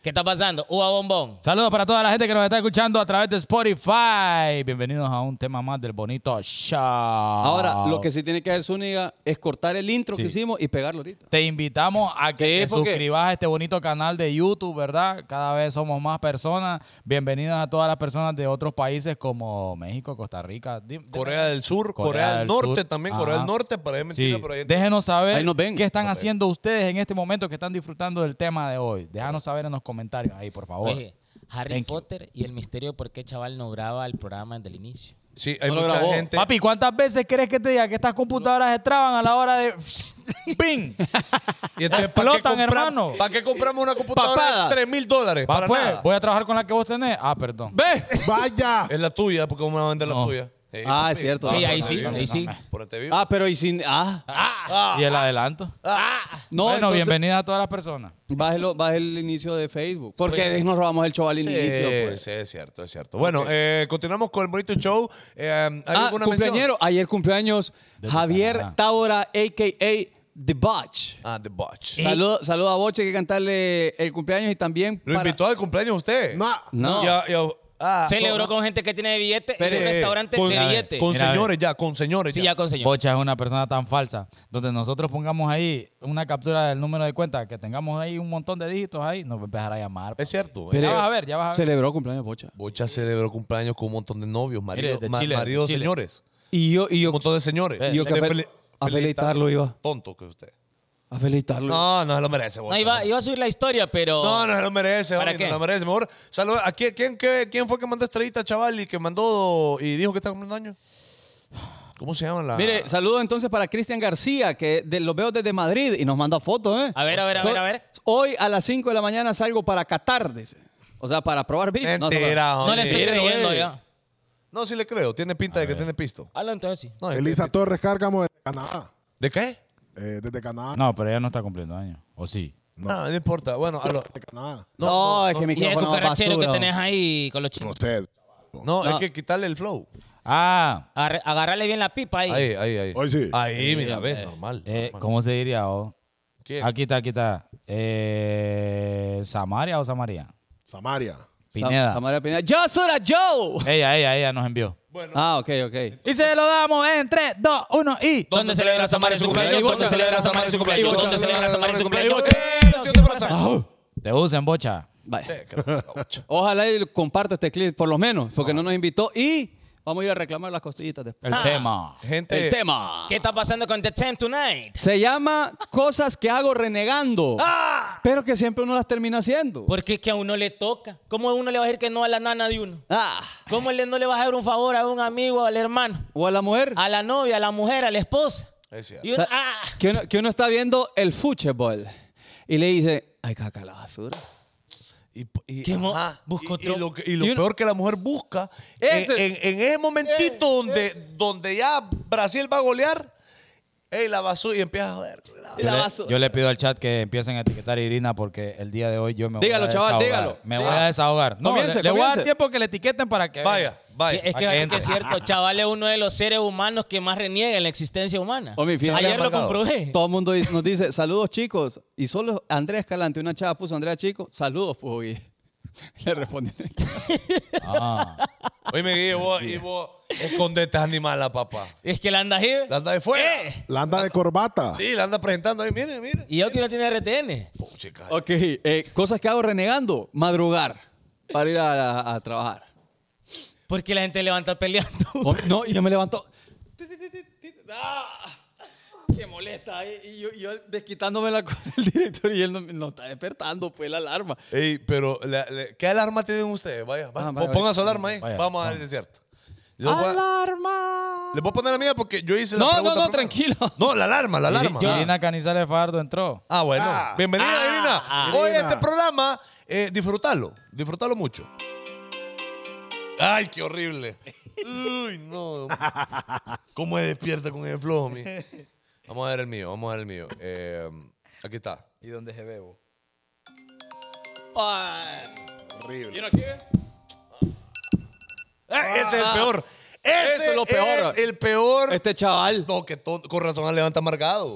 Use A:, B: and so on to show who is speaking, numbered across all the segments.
A: ¿Qué está pasando? Uva bombón.
B: Saludos para toda la gente que nos está escuchando a través de Spotify. Bienvenidos a un tema más del bonito show.
C: Ahora, lo que sí tiene que hacer Zúñiga es cortar el intro
B: Ah. Sí.
C: que hicimos y pegarlo ahorita.
B: Te invitamos a que
C: Sí,
B: te
C: porque-
B: suscribas a este bonito canal de YouTube, ¿verdad? Cada vez somos más personas. Bienvenidas a todas las personas de otros países como México, Costa Rica. Di- di-
D: Corea del Sur,
B: Corea
D: Corea,
B: del
D: del, Norte
B: Sur,
D: también,
B: ajá.
D: Corea del Norte, parece mentira,
B: Sí.
D: pero hay-
B: Déjenos saber
C: Ahí nos ven.
B: qué están
D: Correcto.
B: haciendo ustedes en este momento que están disfrutando del tema de hoy. Déjanos saber en los comentarios ahí, por favor.
A: Oye, Harry
B: Thank you.
A: Potter y el misterio de por qué chaval no graba el programa desde el inicio.
D: sí, hay
C: No lo
D: mucha
C: grabó.
D: gente.
B: Papi, ¿cuántas veces crees que te diga que estas computadoras se traban a la hora de... ¡Bing!
D: y entonces, ¿para qué
B: explotan,
D: compram-
B: hermano.
D: ¿Para qué compramos una computadora
C: Papadas.
D: de 3 mil dólares?
B: Va,
D: Para
B: pues,
D: nada.
B: voy a trabajar con la que vos tenés. Ah, perdón.
C: ¡Ve!
E: Vaya.
D: Es la tuya, porque vamos a vender la
B: No.
D: tuya. Eh,
C: Ah,
D: papi,
C: es cierto.
D: ah,
A: Sí, ahí
D: ponete
A: sí,
D: vivo.
A: ahí sí.
D: Ponete este vivo.
C: Ah, pero y sin. Ah.
D: Ah,
B: Y el adelanto.
C: No,
B: bueno,
C: entonces,
B: bienvenida a todas las personas.
C: Bájelo, baje el inicio de Facebook. Porque nos robamos el show al
D: Pues- Sí,
C: inicio. pues.
D: sí, es cierto, es cierto. Bueno, eh, continuamos con el bonito show. Eh, ¿Hay
C: Ah,
D: alguna
C: cumpleañero.
D: mención?
C: Ayer cumpleaños
B: Desde
C: Javier
B: Canadá.
C: Taura, a.k.a. The Botch.
D: Ah, The Botch.
A: Eh.
C: Saludo, saludo a Boche, hay que cantarle el cumpleaños y también.
D: ¿Lo
C: para-
D: invitó al cumpleaños usted?
E: No.
C: No.
D: Y a- y a- ah,
A: Celebró
D: con,
A: con gente que tiene de billete en un
D: eh,
A: restaurante
D: con-
A: de billete.
D: Con
B: Mira, a ver.
D: señores ya, con señores
A: Sí,
D: ya.
A: ya con señor.
B: Bocha es una persona tan falsa. Donde nosotros pongamos ahí una captura del número de cuenta, que tengamos ahí un montón de dígitos ahí, nos va a empezar a llamar.
D: Es cierto.
C: Pero-
B: ya vas a ver, ya vas a ver.
C: Celebró cumpleaños Bocha.
D: Bocha celebró cumpleaños con un montón de novios, marido,
B: Mire, de
D: ma-
B: Chile,
D: marido
B: de Chile.
D: señores.
C: Y yo, y yo,
D: Un montón de señores.
C: y yo que
D: Eh, De
C: a, fel-
D: feli-
C: a felicitarlo iba.
D: Tonto que usted.
C: A felicitarlo.
D: No, no se lo merece, Bocha.
A: No, iba, iba a subir la historia, pero.
D: No, no se lo merece,
A: ¿Para
D: homie,
A: qué?
D: no se lo merece. Mejor, saluda. ¿A quién, quién, qué- quién fue que mandó estrellita, chaval, y que mandó y dijo que está cumpliendo años? ¿Cómo se llama la...?
C: Mire, saludo entonces para Cristian García, que de- lo veo desde Madrid y nos manda fotos, ¿eh?
A: A ver, a ver, a
C: So-
A: ver, a ver.
C: Hoy a las 5 de la mañana salgo para Qatar, dice. O sea, para probar vino. No,
D: Mentira,
A: No
D: homie.
A: le estoy
C: Mire,
A: creyendo
C: güey.
A: ya.
D: No, sí le creo. Tiene pinta de que tiene pisto.
A: Habla entonces sí.
D: No, es que-
E: Elisa Torres Cárgamo desde Canadá.
D: ¿De qué?
E: Eh, desde Canadá.
B: No, pero ella no está cumpliendo años. ¿O sí?
D: No, Ah, no, importa. Bueno, a lo-
E: De Canadá.
C: no, es que mi
A: Y el
C: micrófono es
A: cucarachero que
C: basura.
A: tenés ahí con los
E: No
A: chinos.
E: sé.
D: no, es
C: No.
D: que quitarle el flow.
B: Ah,
A: Agarra- Agarrarle bien la pipa ahí.
D: Ahí, ahí, ahí.
E: Hoy sí.
D: Ahí, mira,
A: hombre.
D: ves, normal.
B: eh,
D: normal.
B: ¿cómo se diría? oh?
D: ¿Quién?
B: Aquí está, aquí está. Eh, ¿Samaria o Samaria?
E: Samaria.
C: Sa-
B: Pineda.
C: Samaria Pineda. ¡Yo, Sura, yo!
B: Ella, ella, ella nos envió.
D: Bueno,
C: Ah, ok, ok.
B: Y se lo damos en 3, 2, 1 y...
A: ¿Dónde celebra Samaria su cumpleaños? ¿Dónde celebra Samaria su cumpleaños? ¿Dónde celebra Samaria su cumpleaños?
B: Te usen, bocha.
C: Ah, Vaya.
D: Eh, creo que la bocha.
C: Ojalá y comparte este clip, por lo menos, porque no nos invitó. Y vamos a ir a reclamar las costillitas después.
B: El tema.
D: Gente,
C: El tema.
A: ¿Qué está pasando con The Ten Tonight?
C: Se llama Cosas que hago renegando. Pero que siempre uno las termina haciendo.
A: Porque es que a uno le toca. ¿Cómo a uno le va a decir que no a la nana de uno?
C: Ah.
A: ¿Cómo le, no le vas a dar un favor a un amigo, al hermano,
C: O a la mujer.
A: a la novia, a la mujer, a la esposa?
D: es cierto.
A: Y uno,
C: O sea,
A: ah,
C: que, uno, que uno está viendo el fútbol y le dice, ay, caca la basura.
D: Y, y-
A: ¿Qué mo-
D: ajá.
A: buscó
D: Y- y
A: otro?
D: lo, que- y lo
C: Y uno-
D: peor que la mujer busca en,
C: Ese-
D: en- en ese momentito donde, donde ya Brasil va a golear, ey, la basura y empieza a joder.
C: Y
B: Yo
C: la
B: le,
C: basura.
B: yo le pido al chat que empiecen a etiquetar a Irina porque el día de hoy yo me
C: Dígalo,
B: voy a
C: chaval,
B: desahogar.
C: dígalo.
B: Me
C: Dígalo.
B: voy a desahogar. No,
C: Comience,
B: le, le voy a dar
C: comience.
B: tiempo que le etiqueten para que...
D: Vaya, vaya.
A: es
B: para que
A: que, es que
B: entre.
A: es cierto, chaval es uno de los seres humanos que más reniega en la existencia humana.
C: Homie, fíjate,
A: Ayer lo
D: amargado.
A: comprobé.
C: Todo el mundo dice- nos dice, saludos chicos. Y solo Andrea Escalante, una chava puso, Andrea Chico, saludos, pues. y Le responden.
B: Ah.
D: Oye, me guío, vos, y vos escondete animal a papá.
A: Es que la anda ahí.
D: La anda de fuera.
A: Eh.
E: La anda de corbata.
D: Sí, la anda presentando ahí, mire, mire.
A: Y yo que no tiene RTN.
D: Puche, cara.
C: ok, eh, cosas que hago renegando. Madrugar para ir a, a- a trabajar.
A: Porque la gente levanta peleando.
C: Homie, No, y yo me levanto. Ti, ti, ti, ti, ti. Ah, Qué molesta. eh. Y yo, yo desquitándome la con el director y él no, no está despertando, pues la alarma.
D: Ey, pero, la- la- ¿qué alarma tienen ustedes? Vaya, vaya.
C: Ah, vaya,
D: pongan su alarma ahí.
B: Vaya,
D: Vamos al desierto. Les voy, a,
C: ¡Alarma!
D: les voy a poner la mía porque yo hice la
C: No, no,
D: pregunta
C: no,
D: primero.
C: tranquilo.
D: No, la alarma, la alarma.
B: Iri- Irina Canizales Fardo entró.
D: Ah, bueno.
E: Ah.
D: Bienvenida,
A: Ah,
D: Irina.
A: ah.
D: Hoy
E: Irina.
D: este programa, eh, disfrútalo. Disfrútalo mucho. Ay, qué horrible. Uy, no. ¿Cómo es despierta con el flow, mi? Vamos a ver el mío, vamos a ver el mío. Eh, aquí está.
B: ¿Y dónde se bebo?
E: Horrible.
D: Ah, ese es el peor. Ese
C: Eso es lo peor.
D: es el peor.
C: Este chaval.
D: No, que ton- con razón levanta amargado.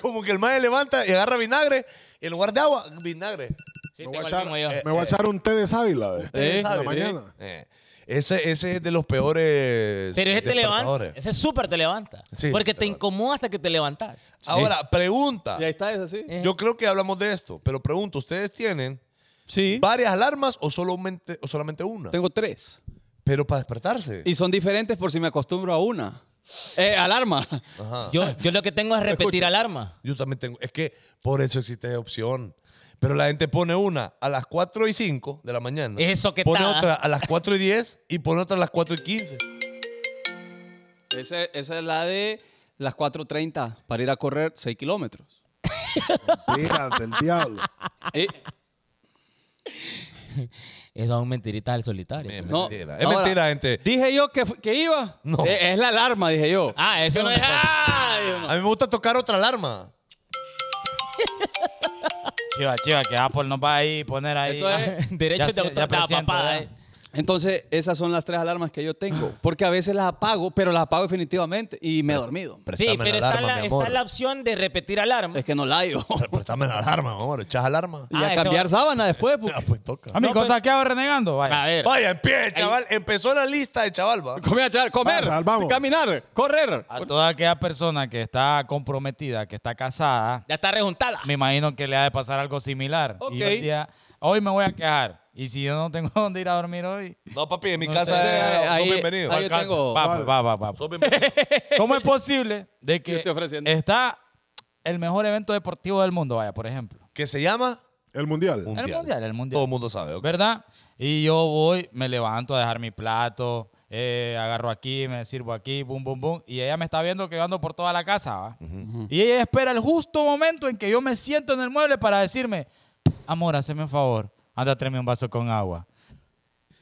D: Como que el mae levanta y agarra vinagre y en lugar de agua, vinagre.
A: Sí, tengo
E: Me voy, a
A: el
E: echar,
A: mismo yo.
E: me voy a echar un té de sábila. ve.
D: Ustedes
C: Eh,
D: saben,
E: la
D: ¿eh?
E: mañana.
D: Eh, Ese, ese es de los peores.
A: Pero ese te levanta.
D: despertadores.
A: Ese súper te levanta.
D: eh. Sí,
A: porque
D: te
A: te
D: levanta.
A: incomoda hasta que te levantas.
D: Ahora, pregunta.
C: Y ahí está, es así.
A: Eh.
D: Yo creo que hablamos de esto, pero pregunto, ¿ustedes tienen
C: Sí.
D: varias alarmas o solamente, o solamente una?
C: Tengo tres.
D: Pero para despertarse.
C: Y son diferentes por si me acostumbro a una. Eh, alarma.
D: Ajá.
A: Yo, yo lo que tengo es repetir alarma.
D: Yo también tengo. Es que por eso existe esa opción. Pero la gente pone una a las 4 y 5 de la mañana.
A: Eso que
D: Pone
A: tada.
D: otra a las 4 y 10 y pone otra a las 4 y 15.
C: Esa, esa es la de las 4.30 para ir a correr 6 kilómetros.
E: Mira, del diablo.
C: Eh,
A: Esas son mentiritas del solitario.
D: Es
C: No.
D: mentira. Es
C: Ahora,
D: mentira, gente.
C: Dije yo que, fu- que iba.
D: No.
C: Eh, es la alarma, dije yo.
A: Ah, eso no es.
D: A mí me gusta tocar otra alarma.
B: Chiva, chiva, que Apple nos va a ir poner ahí.
C: Esto es
A: derechos de
B: Ya se-
A: autor,
B: ya
A: da,
B: presiento,
A: papada,
B: ¿verdad?
A: eh.
C: Entonces, esas son las tres alarmas que yo tengo. Porque a veces las apago, pero las apago definitivamente y me he dormido.
A: Sí,
D: Préstame
A: pero
D: la
A: está,
D: alarma,
A: la,
D: mi
A: está
D: amor.
A: la opción de repetir alarma.
C: Es que no la yo.
D: Pre- Préstame la alarma, mi amor. Echas alarma.
C: Y
A: Ah,
C: a
A: eso-
C: cambiar sábana después. pues.
D: Ah, pues toca.
B: A mí, cosas que hago renegando. Vaya.
A: A ver.
D: Vaya, en pie, chaval. Empezó la lista de chaval, va.
C: Comer, chaval, comer,
E: Vamos, vamos.
C: caminar, correr.
B: A toda aquella persona que está comprometida, que está casada,
A: Ya está rejuntada.
B: me imagino que le ha de pasar algo similar. Y yo
C: Ok.
B: el día, hoy me voy a quejar. Y si yo no tengo dónde ir a dormir hoy,
D: No, papi, en mi
B: No,
D: casa
C: entonces,
D: eh,
C: ahí-
D: sos bienvenido.
C: ahí- yo
B: Alcanza.
C: tengo-
B: Va, pues, va, va, va.
D: Sos bienvenido.
B: ¿Cómo es posible de
C: Yo
B: que
C: estoy ofreciendo.
B: está el mejor evento deportivo del mundo, vaya, por ejemplo?
D: que se llama
E: El mundial.
B: El mundial, el mundial.
D: Todo el mundo sabe. ok.
B: ¿Verdad? Y yo voy, me levanto a dejar mi plato, eh, agarro aquí, me sirvo aquí, bum, bum, bum. Y ella me está viendo que yo ando por toda la casa, ¿va? Y ella espera el justo momento en que yo me siento en el mueble para decirme, amor, hazme un favor, anda a traerme un vaso con agua.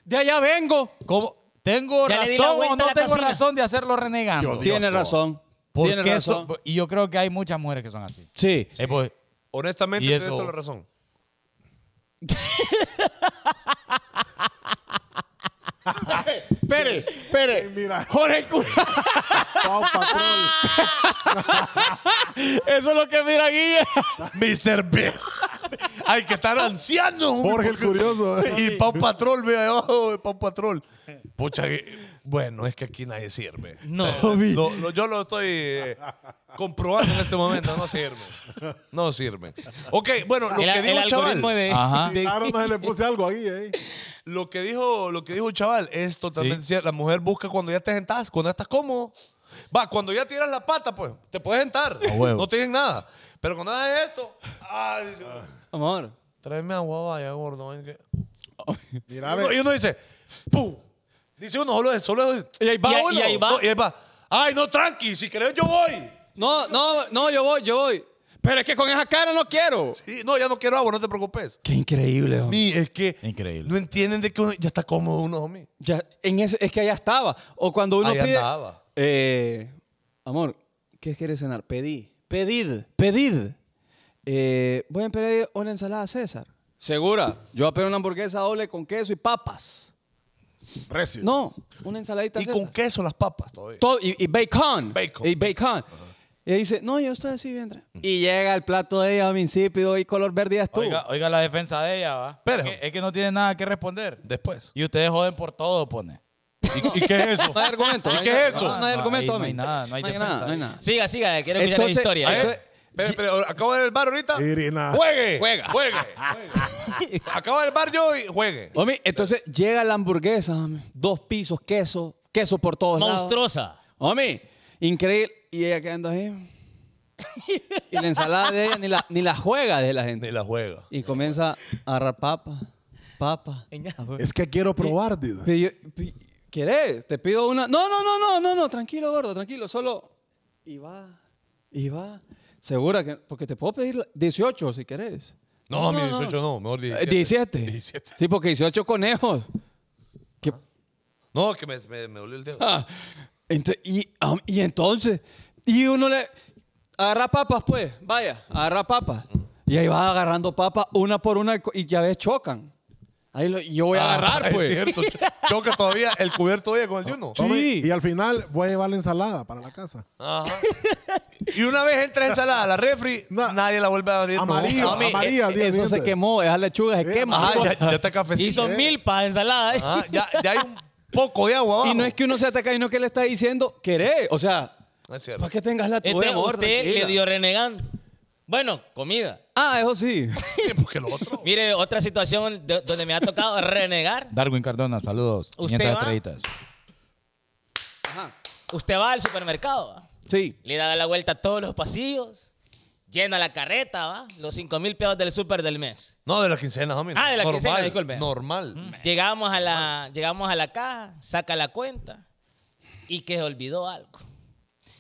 C: De allá vengo.
B: ¿Cómo? ¿Tengo
A: Ya le di la
B: razón o
A: vuelta
B: no
A: a la
B: tengo
A: cocina.
B: razón de hacerlo renegando?
E: Yo digo,
C: Tiene
E: no.
C: razón.
B: ¿Por
C: Tiene
B: qué
C: razón.
B: so- y yo creo que hay muchas mujeres que son así.
C: Sí.
B: Eh, pues,
D: Honestamente,
B: Y
D: tienes
B: eso-
D: toda la razón.
C: Espere, espere.
E: mira.
C: Jorge Cura.
E: Pau Patrol.
C: Eso es lo que mira Guille.
D: Mr. B. Hay que estar anciano.
E: Jorge el Curioso. ¿eh?
D: Y Pau Patrol, ve ahí abajo, eh, Pau Patrol. Pucha, que- bueno, es que aquí nadie sirve. Eh,
A: No.
D: Lo- lo- yo lo estoy eh, comprobando en este momento, no sirve. No sirve. Ok, bueno, lo
A: El,
D: que
A: el
D: dijo el chaval,
A: algoritmo de.
B: ajá.
E: Claro, no se le puse algo ahí, eh.
D: lo que dijo, lo que dijo el chaval es totalmente
B: Sí.
D: cierto. La mujer busca cuando ya te sentás, cuando ya estás cómodo. Va, cuando ya tiras la pata, pues, te puedes sentar.
B: huevo.
D: No tienes nada. Pero cuando haces esto, ay,
C: Amor.
D: tráeme agua, vaya gordo. ven que-
E: Mira, a
D: Uno- y
E: ver.
D: uno dice, ¡pum! Dice uno, solo eso, solo eso.
C: Y ahí va
D: y
C: uno.
D: Y ahí va.
C: No,
D: y ahí va. Ay, no, tranqui, si querés yo voy.
C: No, no, no, yo voy, yo voy. Pero es que con esa cara no quiero.
D: Sí, no, ya no quiero agua, no te preocupes.
C: Qué increíble, hombre.
D: Mi, es que
B: Increíble.
D: no entienden de que uno ya está cómodo uno, homie.
C: Ya, en ese- es que allá estaba. O cuando uno
D: Ahí
C: pide.
D: andaba.
C: Eh, amor, ¿qué quieres cenar? Pedí. Pedid. Pedid. Eh, voy a pedir una ensalada César. Segura. Yo voy a pedir una hamburguesa doble con queso y papas.
E: Recio.
C: No, una ensaladita
D: Y con
C: César.
D: queso las papas todavía.
C: Todo- y, y bacon.
D: Bacon.
C: Y bacon. Y ella dice, no, yo estoy así bien. tra-". Y llega el plato de ella, mi insípido, y color verde ya estuvo.
B: Oiga, oiga la defensa de ella, ¿va?
D: Pero-
B: Es que, es que no tiene nada que responder.
D: Después.
B: Y ustedes joden por todo, pone.
D: ¿Y, y qué es eso?
C: No hay argumento.
D: ¿Y
C: no hay
D: qué
C: nada.
D: es eso?
C: No, no hay
B: No,
C: argumento,
B: ahí no hay
C: homie.
B: nada, no hay defensa
C: nada, no hay
B: ahí.
C: nada.
A: Siga, siga, quiero escuchar la
C: Entonces,
A: historia.
C: a
D: ¿Eh?
C: ver.
D: Espera, espera, acabo de ver el bar ahorita.
E: Irina.
D: ¡Juegue!
C: Juega.
D: ¡Juegue! acabo del bar yo y juegue.
C: Homie, entonces llega la hamburguesa, homie, dos pisos, queso, queso por todos lados.
A: Monstruosa.
C: Homie, increíble. Y ella quedando ahí. y la ensalada de ella ni la, ni la juega de la
D: Ni
C: gente.
D: la juega.
C: Y comienza a agarrar papa, papa.
E: Es que quiero probar, dice.
C: Pero yo- pi- ¿Querés? Te pido una. No, no, no, no, no, no, tranquilo, gordo, tranquilo, solo. Y va, y va. Segura que. Porque te puedo pedir la- 18 si querés.
D: No, mi 18 no, mejor
C: Eh,
D: 17.
C: 17.
D: 17.
C: Sí, porque 18 conejos. Que-
D: No, que me, me, me dolió el dedo.
C: ah, ento- y, am- y entonces, y uno le agarra papas, pues, vaya, agarra papas. Y ahí vas agarrando papas una por una y co- y ya ves, chocan. Ahí lo- yo voy a
D: Ah,
C: agarrar, pues.
D: Es cierto. Cho- Choca todavía el cubierto todavía con el Juno.
E: Tome,
C: Sí.
E: Y al final voy a llevar la ensalada para la casa.
D: Ajá. Y una vez entra ensalada a la refri,
E: No.
D: nadie la vuelve a abrir.
E: Amarillo,
D: nunca.
E: Mami, amarillo, al día
C: eh, eso se
E: siguiente.
C: quemó, esa lechuga se
E: Eh,
C: quema.
D: Ajá, ya, ya está cafecito. Eh.
A: Hizo milpa de ensalada. ¿eh?
C: Ah,
D: Ajá, ya, ya hay un poco de agua abajo.
C: Y no es que uno se ataca, sino que le está diciendo, queré. O sea,
D: No es cierto.
C: para que tengas la tuya,
A: Este
C: amor,
A: usted
C: tranquila.
A: le dio renegando. Bueno, comida.
C: Ah, eso sí.
D: Sí, porque lo otro.
A: Mire, otra situación de- donde me ha tocado renegar.
B: Darwin Cardona, saludos.
A: ¿Usted
B: 500
A: va?
B: estrellitas.
A: Usted va al supermercado, ¿va?
C: Sí.
A: le da la vuelta a todos los pasillos, llena la carreta, ¿va? los 5 mil pesos del súper del mes.
D: No, de las quincenas, homie.
A: Ah, de las
D: Normal,
A: quincenas, disculpe.
D: Normal.
C: Mm.
A: Llegamos a, la, llegamos a la caja, saca la cuenta y que se olvidó algo.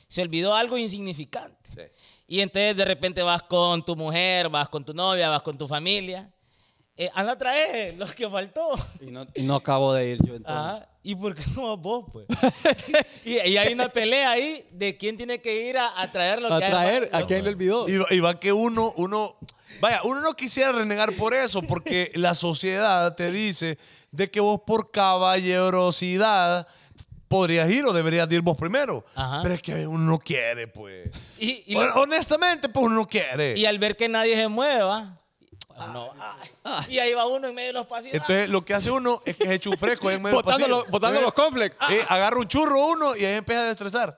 A: Se olvidó algo insignificante. Y entonces de repente vas con tu mujer, vas con tu novia, vas con tu familia. Eh, anda a traer lo que faltó.
C: Y no, y no acabo de ir yo entonces.
A: Ajá. ¿Y por qué no vas vos, pues? y, y hay una pelea ahí de quién tiene que ir a, a traer lo
C: A
A: que
C: traer,
A: hay.
C: ¿a quién le olvidó?
D: Y, va- y va que uno, uno, vaya, uno no quisiera renegar por eso, porque la sociedad te dice de que vos por caballerosidad podrías ir o deberías de ir vos primero.
A: Ajá.
D: Pero es que uno no quiere, pues.
A: Y, y-
D: Hon- Honestamente, pues uno no quiere.
A: y al ver que nadie se mueva. ah, no, ay, y ahí va uno en medio de los pasillos.
D: Entonces, lo que hace uno es que se chufresco en medio del
C: Botando,
D: pasillo.
C: los- botando los Ah, conflicts.
D: pues Eh, agarra un churro uno y ahí empieza a estresar.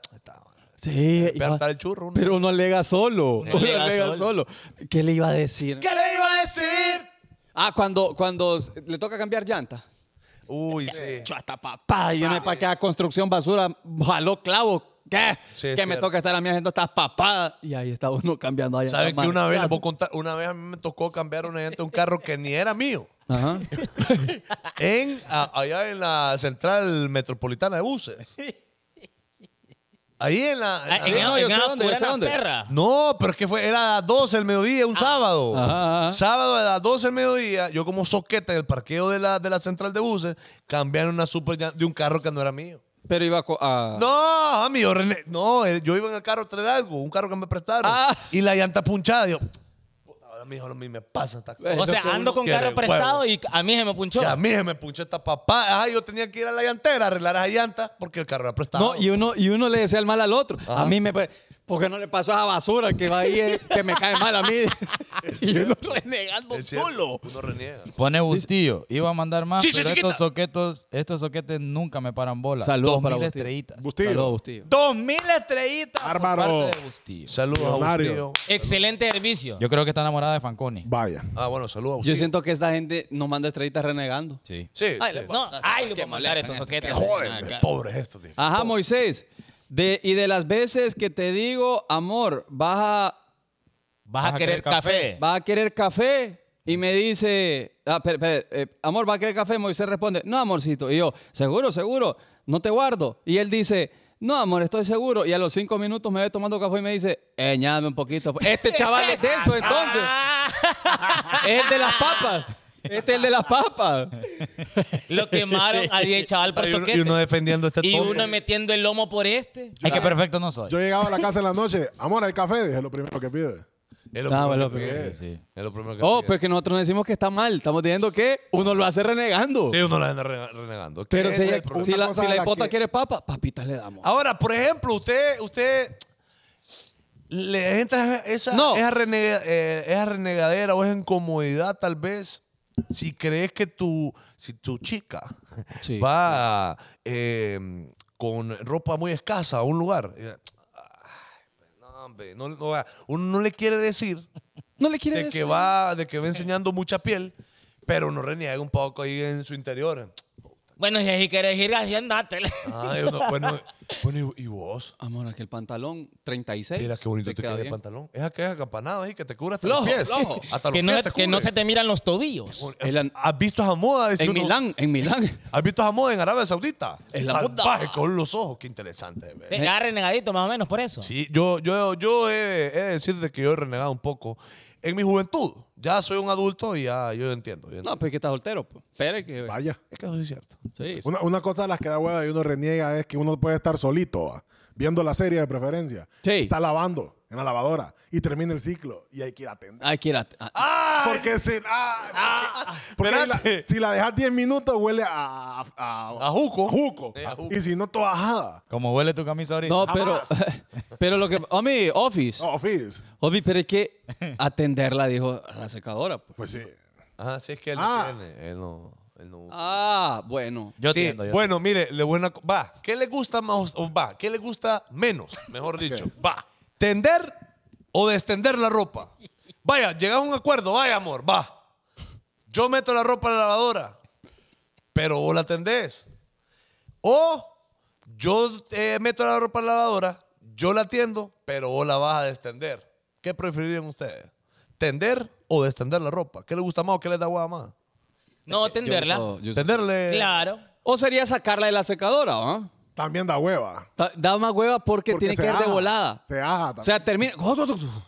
C: Sí.
D: Ve a estar el churro uno.
C: Pero uno alega solo.
A: Uno
C: Uno
A: alega
C: alega solo. ¿Qué le iba a decir?
D: ¿Qué le iba a decir?
C: Ah, cuando, cuando s- le toca cambiar llanta.
D: Uy, sí.
C: Yo hasta papá, yo no sé para qué haga construcción basura, jaló clavos. ¿Qué?
D: Sí, es
C: que me
D: cierto.
C: toca estar a mí haciendo estas papadas. Y ahí está uno cambiando allá.
D: ¿Sabes que una vez, les voy a contar, una vez a mí me tocó cambiar una gente un carro que ni era mío?
C: Ajá.
D: En, a- allá en la central metropolitana de buses. Ahí en la.
A: Ah, en
D: ahí-
A: en-
C: no, yo
A: en
C: sé
A: Abacuá
C: dónde, yo
A: era
C: sé
A: la
C: dónde.
A: perra.
D: no, pero es que fue, era a las 12 del mediodía,
A: Ah.
D: un sábado.
C: Ajá, ajá.
D: Sábado a las 12 del mediodía, yo como soqueta en el parqueo de la, de la central de buses, cambiaron una super llan- de un carro que no era mío.
C: Pero iba co- a.
D: No, amigo, René, no, eh, yo iba en el carro a traer algo, un carro que me prestaron.
C: Ah.
D: Y la llanta punchada, yo. puta, Ahora mismo a mí me pasa esta cosa.
C: es
A: O sea,
D: que
A: ando
D: uno
A: con
D: quiere,
A: carro
D: huevo.
A: prestado y a mí se me punchó.
D: Y a mí se me punchó esta papá. Ajá, yo tenía que ir a la llantera a arreglar esa llanta porque el carro era prestado.
C: No, y uno, y uno le desea el mal al otro. A mí me. puede- ¿Por qué no le pasó a basura que va ahí eh, que me cae mal a mí? y uno renegando
D: Es cierto,
C: solo.
D: Uno reniega.
B: Pone Bustillo, iba a mandar más,
D: Chicha
B: pero
D: chiquita.
B: estos soquetos, estos soquetes nunca me paran bola. Dos
C: Saludos para
B: mil
C: Bustillo.
B: estrellitas.
E: Bustillo.
C: Saludos, Bustillo.
B: Dos mil estrellitas
E: Bárbaro.
B: por parte de Bustillo.
D: Saludos a
E: Millonario.
D: Bustillo.
A: Excelente servicio.
B: Yo creo que está enamorada de Fanconi.
E: Vaya.
D: Ah, bueno, saludos a
C: Yo
D: Bustillo.
C: siento que esta gente nos manda estrellitas renegando.
B: Sí.
D: Sí,
C: Ay,
D: sí.
C: le-
A: no, ay, le voy a mandar estos soquetes.
D: Joder,
A: Acá.
D: pobres estos, tío.
C: Ajá, Moisés. De, y de las veces que te digo, amor, vas a,
A: Vas a querer café.
C: vas a querer café. Y me dice, ah, espere, espere, eh, amor, ¿va a querer café? Moisés responde, no, amorcito. Y yo, seguro, seguro, no te guardo. Y él dice, no, amor, estoy seguro. Y a los cinco minutos me ve tomando café y me dice, eñame un poquito. Este chaval es de eso, entonces. es el de las papas. Este es el de las papas.
A: Lo quemaron a 10 chaval por
D: Y uno,
A: soquete.
D: y uno defendiendo este
A: Y
D: tonto.
A: uno metiendo el lomo por este.
B: Es que perfecto no soy.
E: Yo llegaba a la casa en la noche. Amor, hay café. Dije lo primero que pide.
D: Es lo
C: Ah,
D: primero
C: bueno,
D: que
C: pero-
D: pide.
B: Sí.
D: Es lo primero que
C: Oh,
D: pide.
C: pero que nosotros no decimos que está mal. Estamos diciendo que uno lo hace renegando.
D: Sí, uno la anda rene- renegando. ¿Qué
C: Pero
D: es
C: si,
D: el
C: ella-
D: problema?
C: si
E: Una
C: la,
E: cosa
C: si
E: a
C: la
E: la
C: hipota
E: que-
C: quiere papa, papitas le damos.
D: Ahora, por ejemplo, usted, usted le entra esa,
C: No.
D: esa, renega- eh, esa renegadera o esa incomodidad tal vez si crees que tu, si tu chica
C: Sí.
D: va eh, con ropa muy escasa a un lugar. eh, ay, pues, No, hombre, no- no- uno no le quiere decir
C: No le quiere
D: de
C: decir.
D: que va, de que va enseñando mucha piel, pero uno reniega un poco ahí en su interior.
A: Bueno, si ahí querés ir, así andate.
D: Ay, uno, bueno, bueno, ¿y- y vos?
C: Amor, aquel pantalón 36.
D: Mira qué bonito te
C: queda
D: queda el
C: bien.
D: pantalón. Es aquella acampanada ahí que te cubre hasta
C: Flojo,
D: los pies.
C: flojo.
D: Hasta los
A: Que no,
D: pies te
A: que no
D: cubre.
A: se te miran los tobillos.
C: El an-
D: ¿Has visto esa moda? Dice
C: en
D: uno.
C: Milán, en Milán.
D: ¿Has visto esa moda en Arabia Saudita?
C: Es la moda.
D: Salvaje con los ojos. Qué interesante. ve.
A: Te quedas renegadito más o menos por eso.
D: Sí, yo, yo, yo he, he de decirte que yo he renegado un poco en mi juventud. Ya soy un adulto y ya yo entiendo. yo
C: No,
D: entiendo.
C: pues que está soltero. pues. Espere que.
E: Vaya.
D: Es que eso sí es cierto.
C: Sí.
E: Una, una cosa de las que da hueva y uno reniega es que uno puede estar solito, va, viendo la serie de preferencia.
C: Sí.
E: Está lavando. en la lavadora y termina el ciclo y hay que ir a atender.
C: Ay, quiera. ah,
E: Porque si, ah, porque la-
D: espérate.
E: si la dejas 10 minutos huele a, a, a-
D: A juco.
E: a juco.
D: Eh, a juco.
E: Y si no, toda ajada.
B: Como huele tu camisa ahorita. Ah,
C: no, pero. pero lo que. Homie, Office.
E: No, Oh, Fizz.
C: Homie, pero es que atenderla, dijo la secadora. pues.
E: Pues sí.
D: Ajá, sí es que él
E: Ah.
D: tiene. Él no. Él no.
C: Ah, bueno.
B: yo
D: Sí,
B: entiendo. yo
D: bueno, mire, le buena. co- Va, ¿qué le gusta más o va? ¿Qué le gusta menos? Mejor dicho, va. ¿Tender o destender la ropa? Vaya, llegamos a un acuerdo, vaya, amor, va. Yo meto la ropa en la lavadora, pero vos la tendés. O yo eh, meto la ropa en la lavadora, yo la tiendo, pero vos la vas a destender. ¿Qué preferirían ustedes? ¿Tender o destender la ropa? ¿Qué le gusta más o qué le da guada más?
A: No,
C: Yo
A: tenderla.
C: uso- yo uso-
D: Tenderle.
A: Claro.
C: O sería sacarla de la secadora, ¿ah?
E: También da hueva.
C: Da- Da más hueva porque,
E: Porque
C: tiene
E: se
C: que ir de
E: aja.
C: volada.
E: Se aja también.
C: O sea, termina.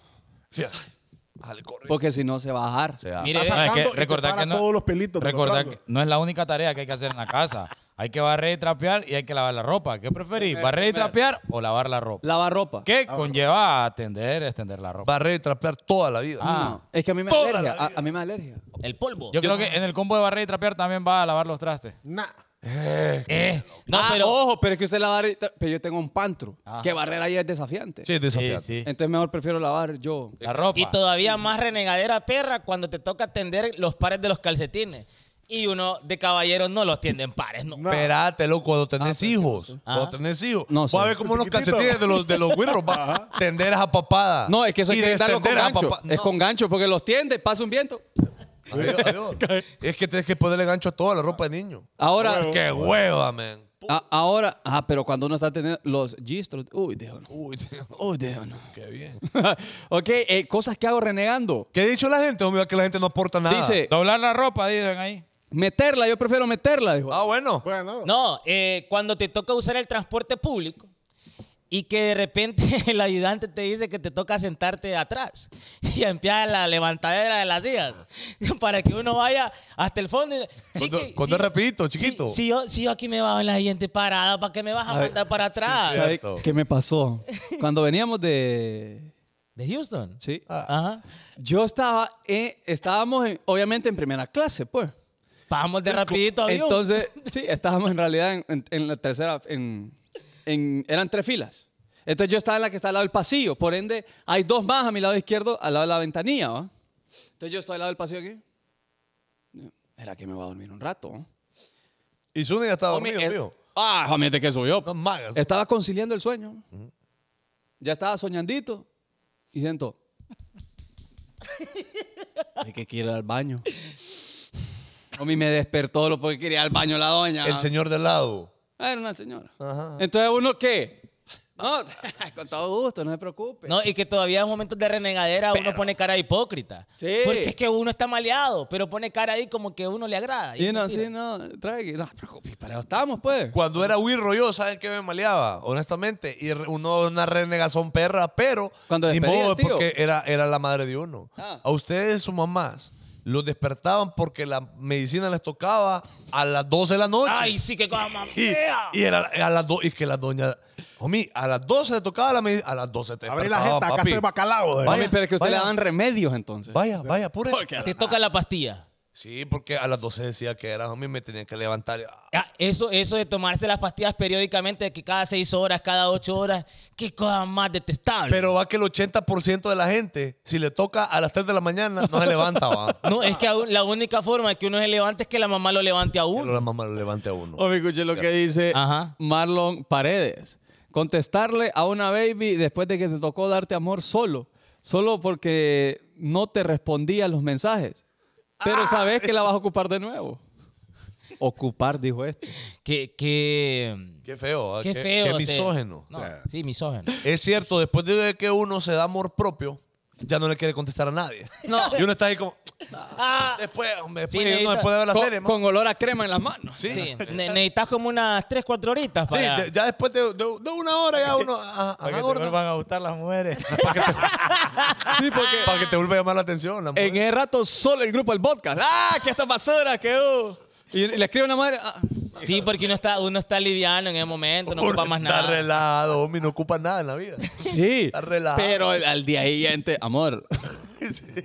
D: Sí, ay, Dale, corre.
C: Porque si no se va a bajar.
D: O sea,
A: Mire,
B: No, es que
E: sacando y te
B: recordar
E: para
B: que no,
E: todos los pelitos de los
B: recordar
E: brazos.
B: que no es la única tarea que hay que hacer en la casa. Hay que barrer y trapear y hay que lavar la ropa. ¿Qué preferís?
C: Primero,
B: ¿Barrer y
C: primero.
B: trapear o lavar la ropa?
C: Lavar ropa.
B: ¿Qué conlleva atender, extender la ropa?
D: barrer y trapear toda la vida.
C: No, es que a mí me da
D: Toda
C: alergia.
D: la
C: A,
D: vida.
C: a mí me da alergia.
A: El polvo.
B: Yo creo que en el combo de barrer y trapear también va a lavar los trastes.
E: Nah.
A: Eh, no,
C: Ah,
A: pero.
C: ojo, pero es que usted lavar. y tra- Pero yo tengo un pantro.
B: Ajá.
C: Que barrer ahí es desafiante.
D: Sí, es desafiante.
B: Sí, sí.
C: Entonces mejor prefiero lavar yo.
B: La ropa.
A: Y todavía más renegadera perra cuando te toca tender los pares de los calcetines. Y uno de caballeros no los tienden pares, no.
E: No.
D: Espérate, loco, cuando tenés hijos.
A: Ajá.
D: Cuando tenés hijos.
C: Ah, No
D: vas
C: sé.
D: a ver como unos
E: Chiquitito.
D: calcetines de los, de los Winros, va. Tenderas a papada.
C: No, es que eso hay
D: Y
C: que darlo con
D: destenderas a
C: gancho.
D: papada.
C: Es
D: No.
C: con gancho, porque los tiende, pasa un viento.
D: Adiós, adiós. es que tenés que ponerle gancho a toda la ropa de niño.
C: Ahora,
E: Huevo.
D: ¡Qué hueva, man!
C: a- ahora, ah, pero cuando uno está teniendo los gistros, uy, dejo no.
D: Uy, tío,
C: Uy, dejo no.
D: qué bien.
C: ok, eh, cosas que hago renegando.
D: ¿Qué ha dicho la gente? Hombre, que la gente no aporta nada.
C: Dice,
B: Doblar la ropa, dicen ahí.
C: meterla, yo prefiero meterla. dijo.
D: Ah, bueno.
E: Bueno.
A: No, eh, cuando te toca usar el transporte público y que de repente el ayudante te dice que te toca sentarte atrás y empieza la levantadera de las sillas para que uno vaya hasta el fondo. y-
D: Cuando-
A: Chiqui,
D: cuando
A: si-
D: repito,
A: si-
D: chiquito.
A: Si, yo, si yo aquí me bajo en la siguiente parada, ¿para qué me vas a mandar para atrás?
D: sí.
C: ¿Sabe
D: cierto.
C: qué me pasó? Cuando veníamos de...
A: ¿De Houston?
C: Sí.
D: Ah.
A: Ajá.
C: Yo estaba, en- estábamos en- obviamente en primera clase, pues.
A: Vamos de rapidito, avión.
C: Entonces, sí, estábamos en realidad en, en- en la tercera, en, en- eran tres filas. Entonces yo estaba en la que está al lado del pasillo, por ende hay dos más a mi lado izquierdo, al lado de la ventanilla, ¿va? Entonces yo estoy al lado del pasillo aquí. Era que me voy a dormir un rato. ¿no?
D: Y Zuni ya está
C: Homie,
D: dormido,
C: el-
D: mío.
C: Ah, homie, de que subió.
D: No magas.
C: Estaba conciliando el sueño. Ya estaba soñandito. Y siento. Hay que ir al baño. Homie me despertó lo porque quería ir al baño la doña.
D: El señor del lado.
C: Ah, Era una señora.
D: Ajá.
C: Entonces uno qué? No, con todo gusto, no se preocupe.
A: No, y que todavía en momentos de renegadera uno pone cara de hipócrita.
C: Sí.
A: Porque es que uno está maleado, pero pone cara ahí como que uno le agrada.
C: y no,
A: mentira.
C: sí, no, trae, no, preocupe, para estamos pues.
D: Cuando era Wirro yo, ¿saben qué me maleaba? Honestamente. Y re- uno, una renegazón perra, pero
C: Cuando
D: ni
C: despedían,
D: modo,
C: tío.
D: porque era, era la madre de uno.
C: Ah.
D: A ustedes, sus mamás, los despertaban porque la medicina les tocaba a las 12 de la noche.
A: Ay, sí, que cosa más
D: y,
A: fea.
D: y era a las dos, y que la doña, homie, a las 12 le tocaba la medicina, a las 12 te
E: Abrí la
D: despertaban,
E: jeta, acá
D: papi.
E: está el bacalao. eh.
D: Vaya,
C: Homie, pero es que usted le
D: vaya.
C: daban remedios entonces.
D: Vaya, vaya, pure.
A: Te toca la pastilla.
D: Sí, porque a las 12 decía que era, homie, me tenía que levantar.
A: Ah, Eso, eso de tomarse las pastillas periódicamente, que cada seis horas, cada ocho horas, qué cosa más detestable.
D: Pero va que el 80% de la gente, si le toca a las 3 de la mañana, no se levanta, va.
A: no, es que aún- la única forma de que uno se levante es que la mamá lo levante a
D: Pero
A: uno.
D: la mamá lo levante a uno.
C: Homie, escuché Oh, lo que dice
A: Ajá.
C: Marlon Paredes. Contestarle a una baby después de que te tocó darte amor solo, solo porque no te respondía los mensajes. Pero sabes que la vas a ocupar de nuevo. Ocupar, dijo este.
A: Que, que,
D: Qué feo, ¿ah?
A: qué feo.
D: Qué
A: o sea.
D: misógeno.
A: No, sí, misógeno.
D: Es cierto, después de que uno se da amor propio, ya no le quiere contestar a nadie. No. Y uno está ahí como. "Ah, después, hombre, después,
A: Sí,
D: uno
A: necesita-
D: después de ver la
C: con,
D: serie. man".
C: con olor a crema en las manos.
D: Sí.
A: Sí, ne- necesitas como unas tres, cuatro horitas
D: Sí,
A: para...
D: de- ya después de, de- de una hora ya uno. Ajá,
B: Para
D: ajá,
B: que te
D: gorda.
B: vuelvan a gustar las mujeres.
C: Sí, porque
D: Para que te vuelva a llamar la atención. la
C: en este
D: mujer.
C: uh! el rato solo el grupo el podcast. ¡Ah, qué esta basura que hubo! Y, y le escribe una madre. ah,
A: Sí, porque uno está, uno está liviano en el momento, no ocupa más
D: Está
A: nada.
D: relajado, homie, no ocupa nada en la vida.
C: Sí.
D: Está relajado.
C: Pero al día siguiente, amor,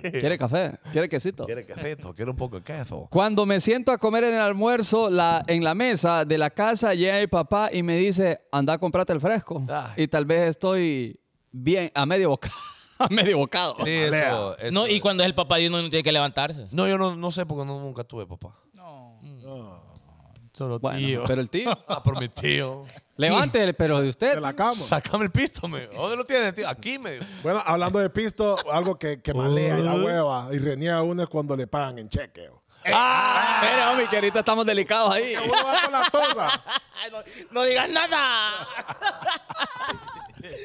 C: ¿quiere café? ¿Quiere quesito?
D: Quiere quesito, quiere un poco de queso.
C: Cuando me siento a comer en el almuerzo la, en la mesa de la casa, llega mi papá y me dice, anda a comprarte el fresco.
D: Ay.
C: Y tal vez estoy bien, a medio bocado. a medio bocado.
D: Sí,
E: Lea.
D: eso. eso-
A: No, y cuando es el papá de uno, uno tiene que levantarse.
D: No, yo no, no sé porque no, nunca tuve papá.
B: Solo
C: Bueno,
B: tío.
C: pero el tío,
D: Ah, pero mi tío.
C: levántele, pero de usted.
E: De la cama.
D: Sácame el pisto, me. dijo. ¿Dónde lo tienes, tío? Aquí, me. dijo.
E: Bueno, hablando de pisto, algo que, que malea y da
D: Uh.
E: hueva y reniega a uno es cuando le pagan en cheque. oh.
D: ¡Ah!
C: Mira, homie, que ahorita estamos delicados ahí.
E: Uno va con la tosa.
A: no, digas nada!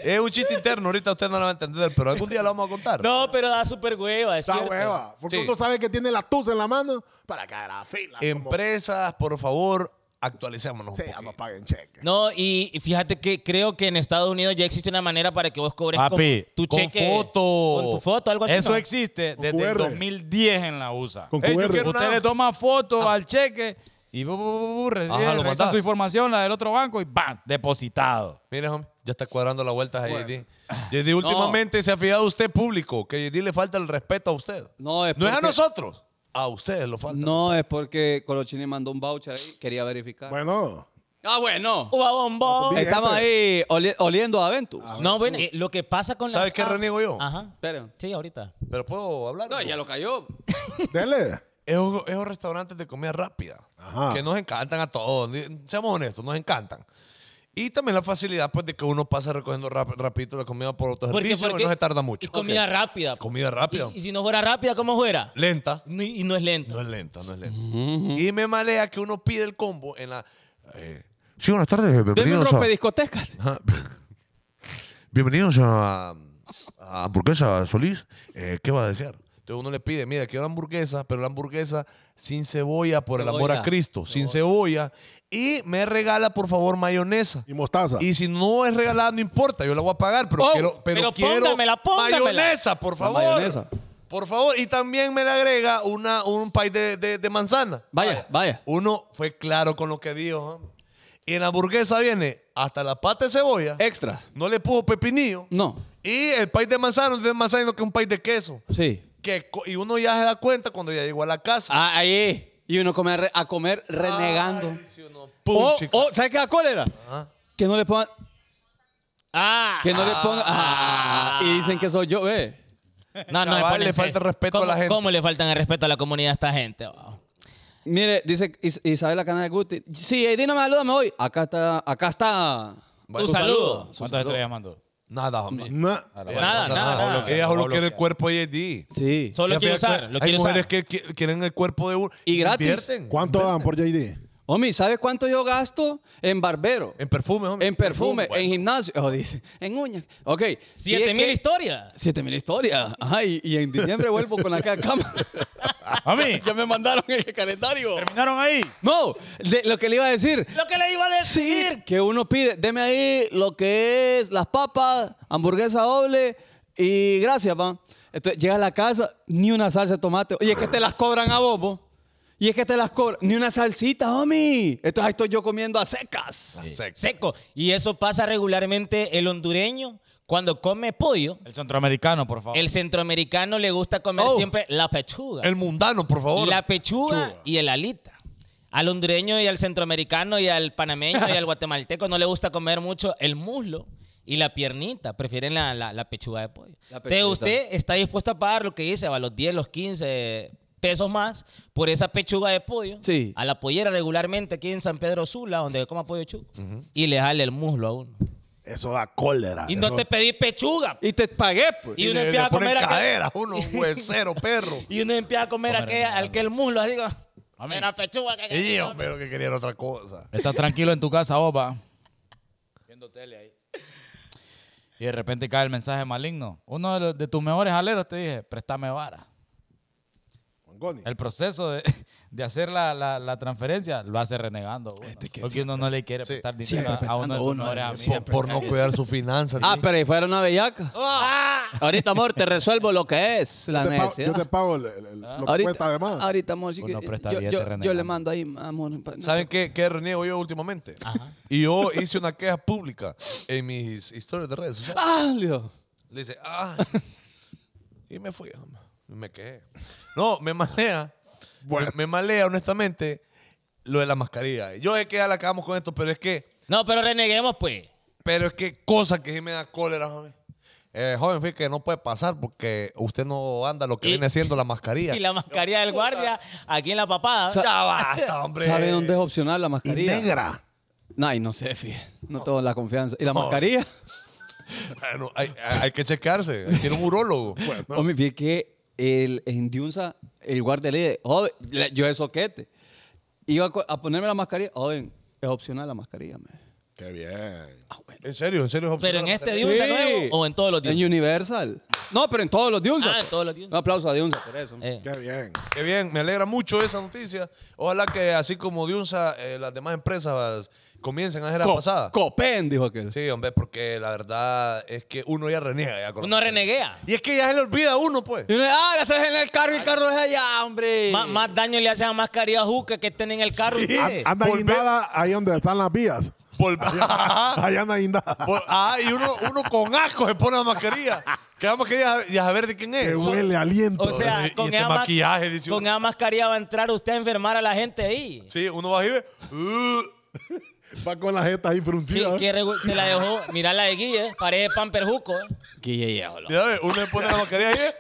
D: Es un chiste interno, ahorita usted no lo va a entender, pero algún día lo vamos a contar.
A: No, pero da súper hueva, es
E: Da
A: cierto.
E: hueva. Porque
D: Sí.
E: uno sabe que tiene la tusa en la mano para caer a la fila. como-
D: Empresas, por favor, actualicémonos.
E: Sí,
D: un
E: ya no
D: poquito.
E: paguen cheque.
A: No, y y fíjate que creo que en Estados Unidos ya existe una manera para que vos cobres
B: Papi,
A: con tu
D: con
A: cheque.
D: foto.
A: Con tu foto, algo así.
B: Eso
A: ¿no?
B: existe
E: Con
B: desde el
E: QR.
B: 2010 en la USA.
E: Con
D: Ey, yo
E: QR.
D: quiero una-
B: Usted le toma foto al cheque y bu, bu, bu, bu, recibe-
D: Ajá,
B: revisa
D: lo mandás.
B: su información, la del otro banco y ¡bam! Depositado.
D: Mire, homie, ya está cuadrando la vuelta a JD. JD, últimamente se ha fijado usted público, que JD le falta el respeto a usted.
C: No, es
D: No es a
C: porque-
D: nosotros, a ustedes lo falta.
C: No, es porque Colochini mandó un voucher ahí, quería verificar.
E: Bueno,
C: Ah, bueno.
A: Uva bombón.
E: Bien,
C: Estamos
E: gente. Ah.
C: ahí oli- oliendo a Ventus.
A: No, bueno, eh, lo que pasa con
D: ¿Sabes
A: las
D: qué
A: apps-
D: reniego yo?
A: Ajá.
C: Esperen.
A: Sí, ahorita.
D: Pero puedo hablar.
C: No, ya lo cayó.
E: dele.
D: Esos, esos restaurantes de comida rápida,
E: Ajá.
D: que nos encantan a todos, di- seamos honestos, nos encantan. Y también la facilidad pues, de que uno pasa recogiendo rap- rapidito la comida por autoservicio y no se tarda mucho.
A: Y comida
D: Ok.
A: rápida.
D: Comida rápida.
A: Y, y si no fuera rápida, ¿cómo fuera?
D: Lenta.
A: No, y no es lento.
D: No es lenta, no es lenta. Y me malea que uno pide el combo en la... eh, sí, buenas tardes,
C: Deme un
D: bienvenidos a...
C: rompe discotecas.
D: Ajá. Ah, Bienvenidos a, a Hamburguesa Solís. Eh, ¿Qué va a desear? Entonces uno le pide, mira, quiero una hamburguesa, pero la hamburguesa sin cebolla, por el amor
A: Cebolla.
D: a Cristo, sin cebolla. Y me regala, por favor, mayonesa.
E: Y mostaza.
D: Y si no es regalada, no importa, yo la voy a pagar, pero
A: Oh,
D: quiero, pero
A: pero
D: quiero
A: póngamela, póngamela.
D: mayonesa, por favor.
C: mayonesa.
D: Por favor, y también me le agrega una, un pay de, de- de manzana.
C: Vaya, vaya.
D: Uno fue claro con lo que dijo. ¿ah? Y en la hamburguesa viene hasta la pata de cebolla.
C: Extra.
D: No le puso pepinillo.
C: No.
D: Y el país de manzana, no tiene manzana, sino que es un país de queso.
C: Sí.
D: Que, co- y uno ya se da cuenta cuando ya llegó a la casa.
C: Ah, ahí. Y uno come a, re- a comer
A: Ah,
C: renegando.
D: Ay, si uno-
C: o,
D: Puchica.
C: o, ¿Sabes qué da cólera?
D: Ajá.
C: Que no le pongan.
A: ¡Ah!
C: Que no le pongan. Ah, y dicen que soy yo, eh.
A: No, no,
D: Chaval, le
A: espérense.
D: falta el respeto a
A: ¿Cómo-
D: la gente.
A: ¿Cómo le faltan el respeto a la comunidad a esta gente? wow?
C: Mire, dice Is- Isabela Canal de Guti. Sí, Eddie no me saluda, me voy. Acá está. Acá está.
D: Bueno,
C: tu
D: un
A: saludo.
C: Su
B: ¿Cuántas
C: saludo.
B: estrellas mandó?
D: Nada, hombre.
E: Na-
A: Nada, nada, nada.
D: Ella solo quiere el cuerpo de JD.
C: Sí.
A: Solo
D: Ella
A: quiere
D: fija-
A: usar. Lo
D: Hay
A: quiere
D: mujeres
A: usar.
D: que qui- quieren el cuerpo de uno.
C: Y gratis.
D: Invierten.
E: ¿Cuánto dan por JD?
C: Homie, ¿sabes cuánto yo gasto en barbero?
D: En perfume, hombre.
C: En perfume,
D: Bueno.
C: en gimnasio, oh, dice, en uñas. Ok. y
A: Siete
C: es
A: mil
C: que-
A: historias.
C: Siete mil historias. Ajá, y, y en diciembre vuelvo con la ca- cama.
B: A mí.
C: ya me mandaron el calendario.
B: Terminaron ahí.
C: No, de- lo que le iba a decir.
A: Lo que le iba a
C: Sí,
A: decir.
C: que uno pide, deme ahí lo que es las papas, hamburguesa doble y gracias, pa. Entonces llega a la casa, ni una salsa de tomate. Y es que te las cobran a bobo. Y es que te las cobran, ni una salsita, homie. Entonces ahí estoy yo comiendo a secas.
D: Sexo.
A: Seco. Y eso pasa regularmente el hondureño cuando come pollo.
B: El centroamericano, por favor.
A: El centroamericano le gusta comer
C: Oh.
A: siempre la pechuga.
D: Oh. El mundano, por favor.
A: la pechuga, y el alita. Al hondureño y al centroamericano y al panameño y al guatemalteco no le gusta comer mucho el muslo y la piernita. Prefieren la, la- la pechuga de pollo.
C: La
A: Entonces,
C: pechudita.
A: usted está dispuesto a pagar lo que dice, va, los 10, los 15 pesos más por esa pechuga de pollo
C: Sí.
A: a la pollera regularmente aquí en San Pedro Sula, donde coma pollo chuco, y le jale el muslo a uno.
E: Eso da
C: Ah,
E: cólera.
A: Y no
E: Eso-
A: te pedí pechuga.
C: Y te pagué, pues.
A: Y
D: Y
A: uno
D: le,
A: empieza
D: le
A: a comer
D: ponen
A: aquel-
D: cadera, uno, un huesero, perro.
A: Y uno empieza a comer, aquel, aquel muslo, así como, era pechuga. que-
D: Y yo, pero que quería era otra cosa.
B: Estás tranquilo en tu casa, opa. Viendo tele ahí. Y de repente cae el mensaje maligno. Uno de, los- de tus mejores aleros te dije, préstame vara.
E: Langoni.
B: El proceso de, de hacer la, la- la transferencia lo hace renegando. uno. porque uno no le quiere
D: Sí.
B: prestar dinero
C: Siempre
B: a- a uno de
C: prestando
B: sus
C: uno,
B: mejores
C: eh,
B: amigos.
D: Por, por no cuidar su finanza.
C: Ah,
D: ni-
C: pero y fuera una bellaca.
A: ¡Ah!
C: Ahorita, amor, te resuelvo lo que es la
E: Te pago- yo
C: necesidad.
E: te pago el- el- el- lo que cuesta además.
C: ahorita, amor, sí que-
B: Uno presta
C: yo,
B: billete
C: yo-
B: renegando.
C: yo le mando ahí, amor. pa- no
D: ¿Saben qué, qué reniego yo últimamente? Y yo hice una queja pública en mis historias de redes sociales.
C: Ah, Leo.
D: Le dice, ah. Y me fui, ama. Y me quedé. No, me malea.
E: Bueno.
D: Me, me malea, honestamente, lo de la mascarilla. Yo sé que ya la acabamos con esto, pero es que,
A: No, pero reneguemos, pues.
D: pero es que cosa que sí me da cólera, joven. Eh, joven, fíjate que no puede pasar porque usted no anda lo que
A: Y-
D: viene haciendo la mascarilla.
A: Y la mascarilla del guardia aquí en la papada.
C: Sa-
D: Ya basta, hombre.
C: ¿Sabe dónde es opcional la
E: Y
C: mascarilla?
E: negra.
C: No, y no sé, fíjate. No tengo la confianza. ¿Y la mascarilla?
D: Bueno, hay, hay que checarse. Tiene un urólogo.
C: Hombre, fíjate que el, en Diunza, el guardia le dice, "Joven, le- yo de soquete. Iba a, co- a ponerme la mascarilla. Joven, es opcional la mascarilla, me.
E: Qué bien.
D: En serio, en serio. es
A: pero
D: opcional
A: en
D: la
A: este
D: mascarilla.
A: Diunza
C: Sí.
A: nuevo o en todos los
C: En
A: Diunza.
C: Universal. No, pero en todos los Diunza.
A: Ah, en todos los
C: Un
A: Diunza.
C: aplauso a Diunza por eso.
A: Eh.
E: Qué bien.
D: Qué bien, me alegra mucho esa noticia. Ojalá que así como Diunza, eh, las demás empresas comiencen a hacer la
C: Co-
D: pasada.
C: Copen, dijo aquel.
D: Sí, hombre, porque la verdad es que uno ya reniega. Ya con-
A: Uno reneguea.
D: Y es que ya se le olvida a uno, pues.
C: Y uno, ah, ya estás en el carro y el carro es allá, hombre.
A: Má- más daño le hace a mascarilla juca que estén en el carro. ustedes.
E: Anda
D: Volver-
E: guindada ahí donde están las vías.
D: Vol-
E: Ahí anda guindada.
D: Vol- ah, y uno, uno con asco se pone la mascarilla. Que la mascarilla ya saber de quién es.
E: Que huele a aliento.
A: O sea,
D: Y
A: con,
D: este
A: esa ma-
D: maquillaje, dice
A: con
D: uno.
A: esa mascarilla va a entrar usted a enfermar a la gente ahí.
D: Sí, uno va uh, a ver.
E: Va con la jeta ahí
A: Que,
E: fruncida.
A: que regu- te la dejó, mirá la de Guille, parece pamperjuco. eh.
C: Guille, ya, hola.
D: ya ves, uno se pone la mascarilla y es.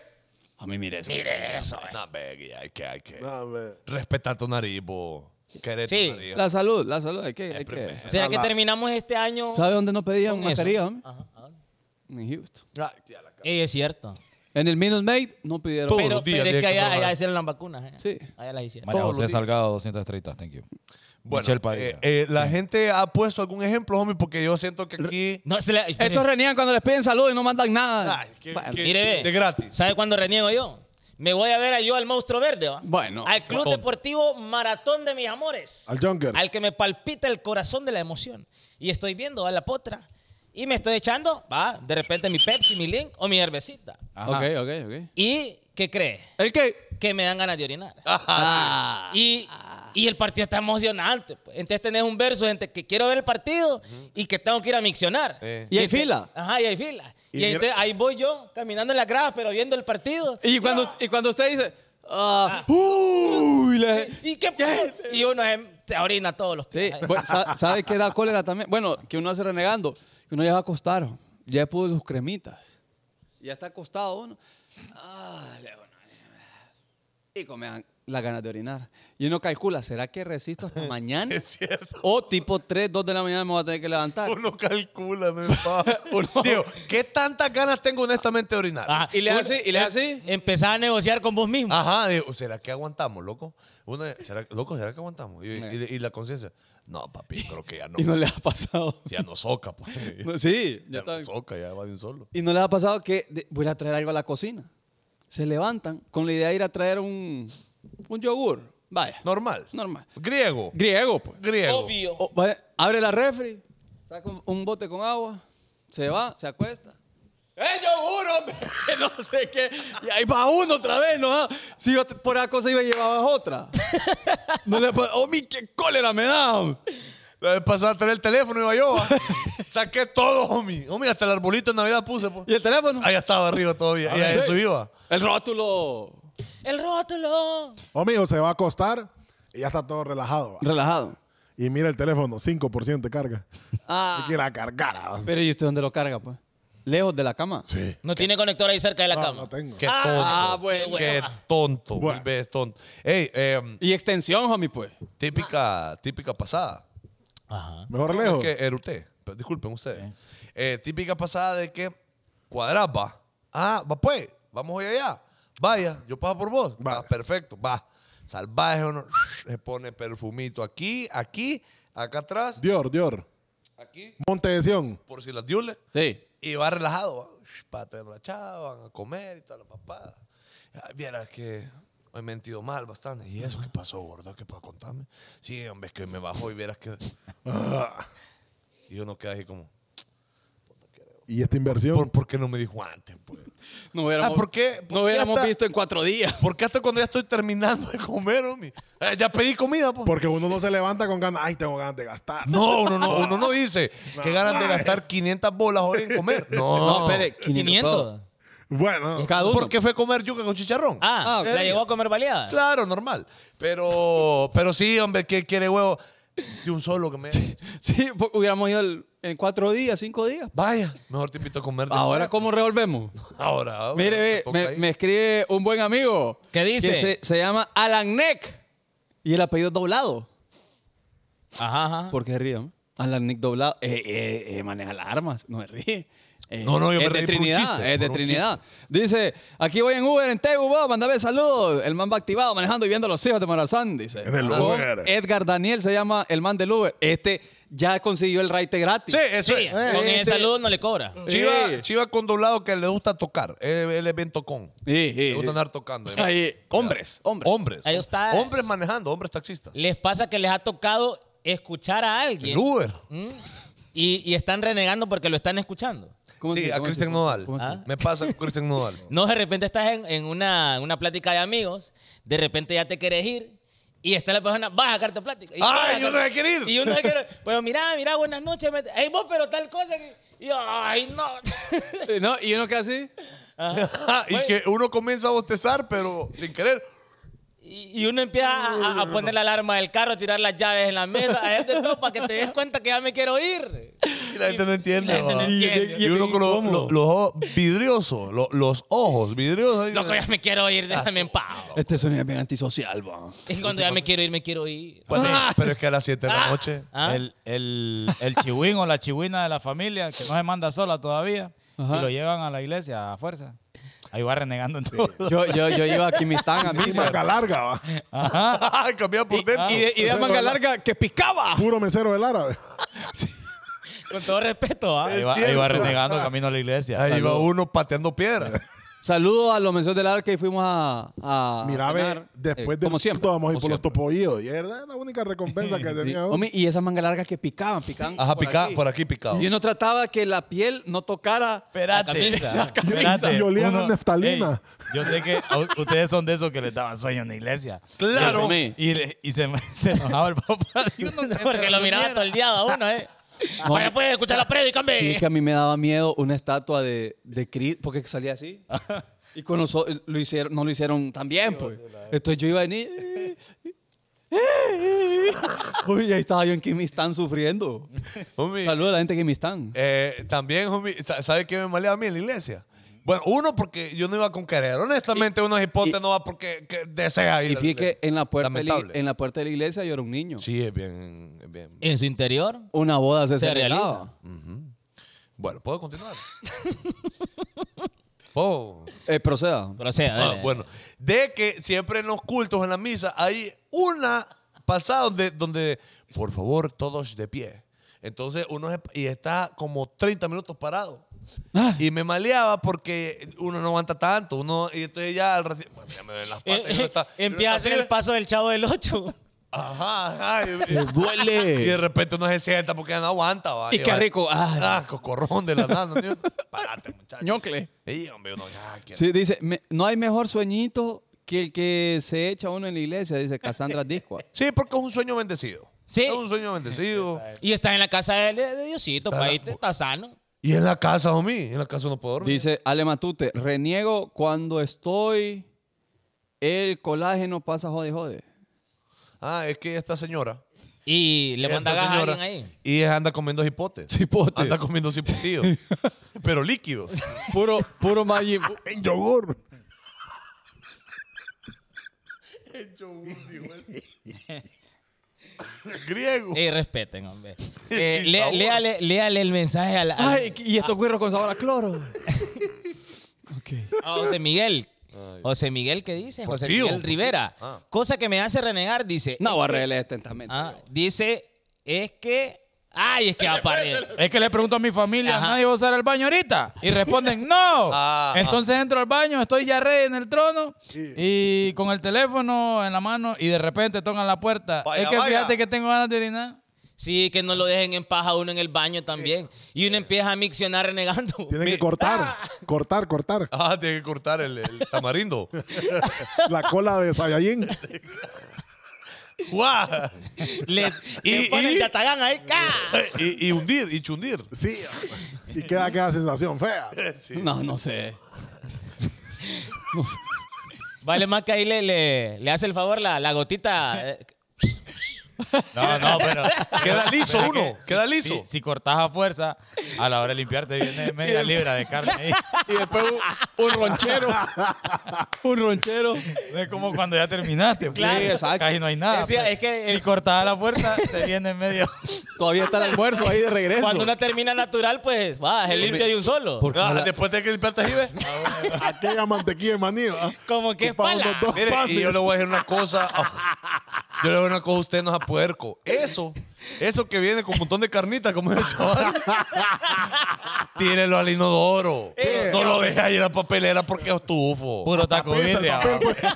C: A mí mire eso.
D: Eso, no, ve, hay que, hay que.
E: No, hombre.
D: Respetar tu nariz, bo. Querer tu
A: Sí.
D: nariz.
C: La salud, la salud, hay que, hay que.
A: ¿Será que terminamos este año?
C: ¿Sabe dónde no pedían
A: Eh, con
C: mascarilla,
A: eso?
C: hombre?
A: Ajá, ajá.
C: En Houston.
D: Ah, ya la-
A: Ey, es cierto.
C: En el Minute Maid no pidieron.
D: Todo. Todos
A: Pero,
D: los días
A: pero es que
D: tiene que
A: allá,
D: probar.
A: allá hicieron las vacunas. eh.
C: Sí.
A: Allá las hicieron.
B: María
D: todos
B: José
D: los días.
B: Salgado, 230, thank you.
D: Bueno,
B: Michelle Padilla.
D: eh, eh, la gente ha puesto algún ejemplo, homie, porque yo siento que aquí.
A: No, se le-
C: Estos reniegan cuando les piden salud y no mandan nada.
D: Ay, que-
C: Bueno,
D: que-
A: Mire, ve.
D: de gratis.
A: ¿Sabe cuándo reniego yo? Me voy a ver a yo al monstruo verde, ¿va?
C: Bueno.
A: Al Club
D: ¿Dónde?
A: Deportivo Maratón de mis amores.
E: Al Junker.
A: Al que me palpita el corazón de la emoción. Y estoy viendo a la potra. Y me estoy echando, va, de repente mi Pepsi, mi Link o mi cervecita.
B: Ajá.
C: Ok, ok, ok.
A: ¿Y qué cree?
C: ¿El qué?
A: Que me dan ganas de orinar.
C: Ah.
A: Y, y el partido está emocionante. pues. Entonces tenés un verso entre que quiero ver el partido y que tengo que ir a miccionar.
D: Eh.
C: ¿Y hay
A: que-
C: fila?
A: Este, Ajá, y hay fila.
E: Y
A: Y,
E: mira-
A: entonces ahí voy yo, caminando en la grada, pero viendo el partido.
C: Y cuando, y cuando usted dice. ah, uy, le-
A: ¿Y qué Y uno se- te orina todos los
C: Sí,
A: pies.
C: bueno, sa- ¿sabe qué da cólera también? Bueno, que uno hace renegando, que uno ya va a acostar, ya puso sus cremitas, ya está acostado uno. Ah, le digo, no. y comean las ganas de orinar. Y uno calcula, ¿será que resisto hasta mañana?
D: Es cierto. Oh,
C: O tipo 3, 2 de la mañana me voy a tener que levantar.
D: Uno calcula, me pa.
C: Uno- Ah.
D: Digo, ¿qué tantas ganas tengo honestamente de orinar?
A: Ajá.
C: Y le
A: Uno-
C: hace- y le hace Ah, así.
A: Empezás a negociar con vos mismo.
D: Ajá, digo, ¿será que aguantamos, loco? Uno, ¿será, loco, ¿será que aguantamos? Y, y- y la conciencia, no, papi, creo que ya no.
C: Eh. Y no le ha pasado.
D: Ya no soca, pues.
C: No, sí, ya
D: Ya
C: está.
D: no soca, ya va de un solo.
C: Y no le ha pasado que de- voy a ir a traer algo a la cocina. Se levantan con la idea de ir a traer un, un yogur. Vaya,
D: Normal.
C: normal.
D: Griego.
C: Griego, pues.
D: Griego.
A: Obvio.
C: O- va- abre la refri, saca un, un bote con agua, se va, se acuesta. ¡Eh, yogur, hombre! Que no sé qué. Y ahí va uno otra vez, ¿no? Ah, Si yo te- por una cosa iba y llevabas otra. No le puedo. ¡Oh, mi, qué cólera me da! hombre!
D: La vez pasada traer el teléfono, iba yo. ah. Saqué todo, homie. Homie, hasta el arbolito de Navidad puse, pues.
C: ¿Y el teléfono?
D: Allá estaba arriba todavía. Y
C: ver.
D: eso iba.
C: El rótulo.
A: El rótulo.
E: O Oh, mijo, se va a acostar y ya está todo relajado. va.
C: Relajado.
E: Y mira el teléfono, 5% de carga.
C: Ah.
E: Hay que ir a cargar. ah, va.
C: Pero ¿y usted dónde lo carga, pues? Lejos de la cama.
E: Sí.
A: No tiene conector ahí cerca de la
E: No,
A: cama.
E: no tengo.
D: Qué
A: Ah,
D: tonto.
A: ah, bueno.
D: Qué tonto. mil
E: Bueno.
D: veces tonto. Ey, em,
C: Y extensión, homie, pues.
D: típica, típica pasada.
A: Ajá.
E: Mejor lejos.
D: Es que eruté. Pero Disculpen ustedes. Eh, típica pasada de que cuadras va. Ah, va pues. Vamos hoy allá. Vaya, yo paso por vos. Va,
E: Vaya.
D: perfecto. Va. Salvaje uno. Se pone perfumito aquí, aquí, acá atrás,
E: Dior, Dior.
D: aquí,
E: Monte de Sion.
D: por si las diule.
C: Sí.
D: Y va relajado, va, sh, para traer a la chava, van a comer y toda la papada. Ah, Vieras que He mentido mal bastante. ¿Y eso qué pasó, gordo? ¿Qué pasó? Contame. Sí, hombre, es que me bajó y verás que... ah, y yo no quedé así como...
E: Y esta inversión.
D: ¿Por, por qué no me dijo antes? pues?
C: No hubiéramos,
D: Ah, ¿por qué? ¿Por
C: No
D: qué
C: hubiéramos
D: hasta-
C: visto en cuatro días.
D: ¿Por qué hasta cuando ya estoy terminando de comer, homie? Eh, ya pedí comida, pues.
E: Porque uno no se levanta con ganas. Ay, tengo ganas de gastar.
D: No, uno no, uno no dice que ganas de gastar 500 bolas hoy en comer. No,
C: No, espere, 500.
A: 500.
E: Bueno.
C: Cada uno.
D: ¿Por qué fue a comer yuca con chicharrón? Eh,
A: Ah,
C: Ah,
A: ¿la
D: ok.
A: llegó a comer baleada?
D: Claro, normal. Pero, pero sí, hombre, que quiere huevo? De un solo que me.
C: Sí, po- hubiéramos ido el- en cuatro días, cinco días.
D: Vaya, mejor te invito a comer. de
C: Ahora,
D: fuera.
C: ¿cómo resolvemos?
D: Ahora, ahora,
C: Mire, ve,
D: enfoca
C: me,
D: ahí.
C: me escribe un buen amigo.
A: ¿Qué dice?
C: que se, se llama Alan Neck. Y el apellido es doblado.
A: Ajá, ajá.
C: ¿Por qué rían? Alan Neck doblado. Eh, eh, eh, maneja las armas. No me ríe. Eh,
D: No, no, yo me
C: es de
D: reí por un
C: Trinidad,
D: chiste,
C: es de
D: por un
C: Trinidad. Dice, aquí voy en Uber en Tegu, vos, mandame saludos. El man va activado, manejando y viendo a los hijos de Morazán, dice.
E: En el
C: Ah.
E: Uber.
C: Edgar Daniel se llama el man del Uber. Este ya consiguió el raite gratis.
D: Sí, eso
A: Sí,
D: es.
A: con
C: Eh,
A: esa
C: este-
A: luz no le cobra.
D: Chiva,
C: Sí.
D: Chiva con doblado que le gusta tocar. Él, él es bien tocón.
C: Sí, sí,
D: Le gusta
C: sí.
D: andar tocando.
C: Ahí, hombres, hombres.
D: Hombres.
A: Ahí está.
D: Hombres manejando, hombres taxistas.
A: Les pasa que les ha tocado escuchar a
D: El
A: alguien
D: Uber.
A: ¿Mm? y, y están renegando porque lo están escuchando.
C: ¿Cómo
D: sí,
C: así?
D: a
C: ¿Cómo así?
D: Cristian
C: ¿Cómo-
D: Nodal.
C: cómo así?
A: Ah.
D: Me pasa con Cristian Nodal.
A: No, de repente estás en, en una, en una plática de amigos, de repente ya te quieres ir y está la persona, vas a sacarte plática. Y
D: ¡Ay, yo no me
A: me
D: quiero ir!
A: Y uno se quiere, pero mira, mira, buenas noches. mete- ¡Ey, vos, pero tal cosa! que-". Y yo, ¡ay, no!
C: Eh, No, y uno que así. Ah.
D: Ajá, y que uno comienza a bostezar, pero sin querer.
A: Y, y uno empieza a, a- a poner la alarma del carro, a tirar las llaves en la mesa, a este todo para que te des cuenta que ya me quiero ir.
D: Y la gente no entiende.
A: La gente no
D: ¿va?
A: entiende.
D: Y uno con los, los- los ojos vidriosos, lo- los ojos vidriosos. ahí-
A: Loco, ya me quiero ir, déjame en paz.
D: Ah.
C: Este sonido es bien antisocial, va.
A: Es que cuando ya me quiero ir, me quiero ir.
D: Pues sí, pero es que a las 7 de la
A: Ah.
D: noche.
A: ¿Ah?
B: eh, El, el, el chihuín o la chihuina de la familia que no se manda sola todavía
C: Ajá.
B: y lo llevan a la iglesia a fuerza. Ahí va renegando en todo.
C: Yo, yo, yo iba aquí mis tan a
E: Y
C: misa.
E: manga larga, va.
D: Ajá, cambiaba por dentro.
C: Ah. Y de, y de manga larga que picaba.
E: Puro mesero del árabe.
A: Con todo respeto, ¿ah?
B: Ahí va, ahí va renegando camino a la iglesia.
D: Ahí va
B: Salud.
D: uno pateando piedra.
C: Saludos a los mensajes del arca y fuimos a. a
E: Mira,
C: a
E: ve,
C: cenar,
E: después
C: eh,
E: de
C: como siempre.
E: vamos a ir
D: como
E: por los topoídos. Y era la única recompensa que
C: Sí.
E: tenía. uno.
C: Homie, oh, y esas mangas largas que picaban, picaban.
D: Ajá,
C: por
D: pica-
C: aquí.
D: por aquí picado.
C: Y uno trataba que la piel no tocara.
B: Espérate.
A: La
E: camisa. Y olían a neftalina.
B: Ey, yo sé que a u- ustedes son de esos que les daban sueño en la iglesia.
D: Claro.
B: Y, le- y se, se enojaba el papá. de uno.
A: Porque lo miraba todo el día a uno, ¿eh? Vaya, pues, escuchar la prédica,
C: Y
A: hombre.
C: es que a mí me daba miedo una estatua de, de Cristo, porque salía así. Y con los, o- lo hicieron, no lo hicieron tan bien, pues. Entonces yo iba a venir. eh, eh, eh. Uy, y ahí estaba yo en Kimistán sufriendo.
D: Homie,
C: Saludos a la gente de Kimistán.
D: eh, también, homie, sa- ¿sabe qué me maleaba a mí en la iglesia? Bueno, uno porque yo no iba con querer. Honestamente, uno es hipote,
C: y-
D: no va porque que desea ir.
C: Y
D: a la
C: fíjate que
D: iglesia.
C: en la, puerta de la,
D: Lamentable.
C: en la puerta de la Eh. iglesia yo era un niño.
D: Sí, es bien. es bien.
A: En su interior,
C: Una boda se,
A: Se
C: celebraba.
D: Bueno, ¿puedo continuar? ¿Puedo?
C: Eh, proceda.
A: pero o sea,
D: Ah,
A: dale.
D: bueno, de que siempre en los cultos, en la misa, hay una pasada donde, donde, por favor, todos de pie. Entonces uno se- y está como 30 minutos parado.
C: Ah.
D: Y me maleaba porque uno no aguanta tanto. Uno, y entonces ya al reci- bueno, ya me duelen las
A: Eh,
D: patas. y uno
A: eh,
D: está- y uno
A: empieza a
D: está
A: hacer
D: así,
A: el paso del chavo del 8.
D: Ajá, ajá. Y,
C: duele.
D: y de repente uno se sienta porque ya no aguanta. va,
C: Y qué
D: va-
C: rico, ay.
D: Ah, cocorrón de la nada. ¿no? Parate, muchacho.
C: Ñocle.
D: Y hombre, uno ya quiere-
C: Sí, dice, "Me- no hay mejor sueñito que el que se echa uno en la iglesia, dice Cassandra Disco.
D: Sí, porque es un sueño bendecido.
A: Sí.
D: Es un sueño bendecido.
A: Y está en la casa de, de Diosito,
D: Está
A: pa'
D: la-
A: ahí te- está sano.
D: y en la casa, homie. En la casa no puedo dormir.
C: Dice Ale Matute, reniego cuando estoy, el colágeno pasa jode jode.
D: Ah, es que esta señora.
A: Y le manda
D: esta
A: gas a
D: señora,
A: alguien ahí.
D: Y ella anda comiendo hipotes.
C: Hipote.
D: Anda comiendo hipotíos. pero líquidos.
C: Puro, puro Maggi.
E: En yogur.
D: Griego.
A: Ey, respeten, hombre. Eh,
D: Sí,
A: lea-
D: favor.
A: léale, léale el mensaje a, la, a-
C: Ay, y estos cuirros con sabor a cloro.
A: a José Miguel. José Miguel, ¿qué dice? José
D: tío.
A: Miguel Rivera.
D: Ah.
A: Cosa que me hace renegar, dice.
C: este No, barrele atentamente.
A: Ah, dice, es que Ay, es que va a parir.
B: Es que le pregunto a mi familia,
A: Ajá.
B: ¿nadie va a usar el baño ahorita? Y responden, no.
D: Ah, ah.
B: Entonces entro al baño, estoy ya rey en el trono y con el teléfono en la mano y de repente tocan la puerta.
D: Vaya,
B: es que
D: vaya.
B: fíjate que tengo ganas de orinar.
A: Sí, que no lo dejen en paja uno en el baño también.
D: Eh,
A: Y uno empieza a miccionar renegando.
E: Tienen que cortar, cortar, cortar.
D: Ah, tiene que cortar el, el tamarindo.
E: La cola de Saiyajin.
D: ¡Guau!
A: Le,
D: Y-
A: le ponen
D: y-
A: yatagán ahí. ¡ca!
D: Y, y hundir, y chundir.
E: Sí. Y queda aquella sensación fea.
D: Sí.
C: No, no sé.
A: Vale más que ahí le, le, le hace el favor la, la gotita. eh,
B: No, no, pero...
D: Queda liso
B: Pero
D: uno,
B: que si-
D: queda liso.
B: Si, si cortas a fuerza, a la hora de limpiarte viene media libra de carne ahí.
C: Y después un, un ronchero. un ronchero.
B: No es como cuando ya terminaste.
A: Claro.
B: Sí, exacto. Casi no hay nada.
A: Decía,
B: pues.
A: es que,
B: si
A: eh,
B: cortas a la fuerza, te viene medio...
C: Todavía está el almuerzo ahí de regreso.
A: Cuando una termina natural, pues va, se limpia de un solo.
C: Porque
D: Ah,
C: la-
D: después de que limpiarte jibe.
E: Aquella mantequilla de maní. ¿va?
A: Como que es
E: Ocupaba
A: pala.
E: unos dos
D: Mire, y
E: panes.
D: yo le voy a decir una cosa. a- Yo le voy a decir una cosa a usted, no es a puerco. Eso, eso que viene con un montón de carnitas, como es el chaval. Tírelo al inodoro.
E: Eh.
D: No lo deje ahí en la papelera porque es tufo.
B: Puro taco
E: pesa el
B: birria.
E: papel,
B: va.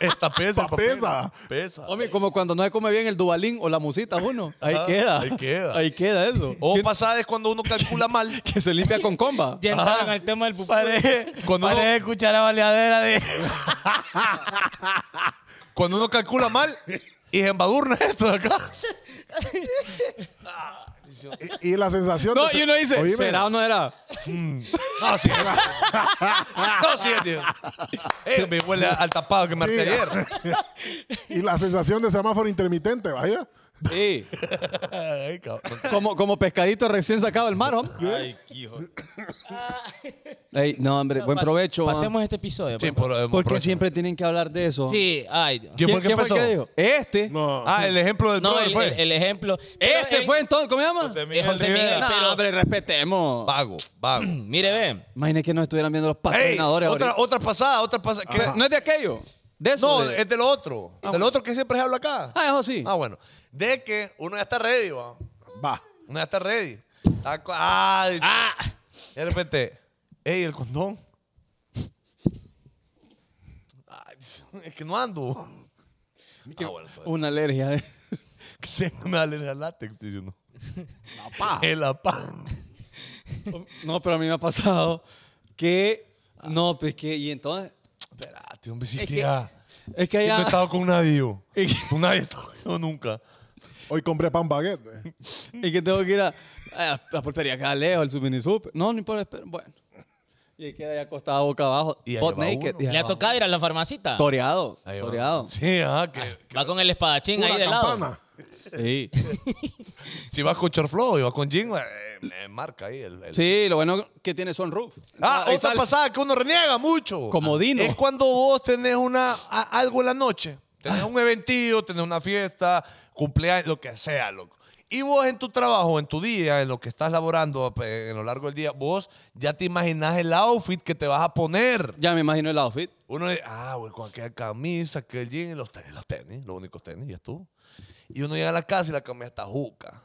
D: Esta pesa, el
E: Pa'
D: papel.
E: pesa.
D: Pesa.
C: Hombre, como cuando no se come bien el dubalín o la musita uno. Ahí
D: Ah,
C: queda.
D: ahí queda.
C: Ahí queda eso.
D: O pasada es cuando uno calcula mal.
C: que se limpia con comba.
A: Ya entraron al tema del pupú.
B: Parece,
D: Cuando uno-
B: parece cuchara baleadera de...
D: Cuando uno calcula mal y se embadurna esto de acá.
E: Y, y la sensación.
C: No,
E: de-
C: y uno dice,
E: Oíme,
C: ¿será o no era?
D: No, sí. No, sí, tío. Eh, me huele al tapado que me harté
E: Sí.
D: ayer.
E: Y la sensación de semáforo intermitente, vaya.
C: Sí.
D: Ay, cabrón.
C: Como, como pescadito recién sacado del mar, hombre.
B: Ay, hijo.
C: Ey, no, hombre, buen
A: Pas-
C: provecho. ah.
A: Pasemos este episodio.
D: Sí,
A: papá.
D: por, eh,
C: Porque
D: próximo.
C: siempre tienen que hablar de eso.
A: Sí, ay. Dios.
D: ¿Quién fue el que
C: ¿Quién
D: empezó?
C: fue el que dijo? Este.
E: No.
D: Ah, el ejemplo del
A: No,
D: brother
A: el,
D: fue.
A: el- el ejemplo. Pero
C: Este
A: en-
C: fue entonces, ¿cómo se llama?
B: José Miguel
A: Es José Miguel,
B: Rivera.
C: No,
A: pero-
C: hombre, respetemos.
D: Vago, vago.
A: Mire, ven.
C: Imagínate que nos estuvieran viendo los
D: Ey,
C: patrocinadores
D: otra,
C: ahorita.
D: otra pasada, otra pasada. ¿Qué?
C: ¿No es de aquello? De eso.
D: No,
C: de-
D: es del otro. del otro que siempre hablo acá.
C: Ah, eso sí.
D: Ah, bueno. De que uno ya está ready, va.
E: Va.
D: Uno ya está ready. Está co- Ah, dice.
A: Ah,
D: De repente, ey, el condón. Ay, dice, es que no ando. Ah, bueno, pues.
C: Una alergia. eh.
D: Tengo una alergia al látex, dice uno. La pa. Es la pa.
C: No, pero a mí me ha pasado que. No, pues que. Y entonces.
D: Espérate, hombre, si
C: Es
D: que
C: que-
D: ya.
C: Es que
D: Yo no he
C: allá.
D: estado con nadie yo.
C: Es que-
D: Con nadie he estado yo nunca.
E: Hoy compré pan baguette.
C: Y que tengo que ir a, a la portería que lejos, el mini super. No, ni por espera. Bueno. Y ahí queda ya acostado boca abajo.
D: Y ahí
C: butt
D: va
C: naked.
D: uno.
C: Y ahí
A: le ha
C: va
A: tocado ir a la farmacita.
C: uno. Toreado.
D: Ahí va.
C: Toreado.
D: Sí, ajá, que,
A: Va con el espadachín ahí
E: Pura
A: de lado.
E: campana.
C: Sí.
D: si vas con Chorflow y vas con Jim, eh, eh, marca ahí el. el-
C: Sí, lo bueno que tiene sunroof.
D: Ah,
C: ahí
D: otra
C: sale-
D: pasada que uno reniega mucho.
C: Comodino.
D: Es cuando vos tenés una, a- algo en la noche.
C: Ah.
D: Tenés un eventillo, tenés una fiesta, cumpleaños, lo que sea, loco. Y vos en tu trabajo, en tu día, en lo que estás laborando eh, en lo largo del día, vos ya te imaginás el outfit que te vas a poner.
C: Ya me imagino el outfit.
D: Uno dice, ah, güey, con aquella camisa, aquel jean, y los tenis, los tenis, los únicos tenis, ya estuvo. Y uno llega a la casa y la camisa está juca.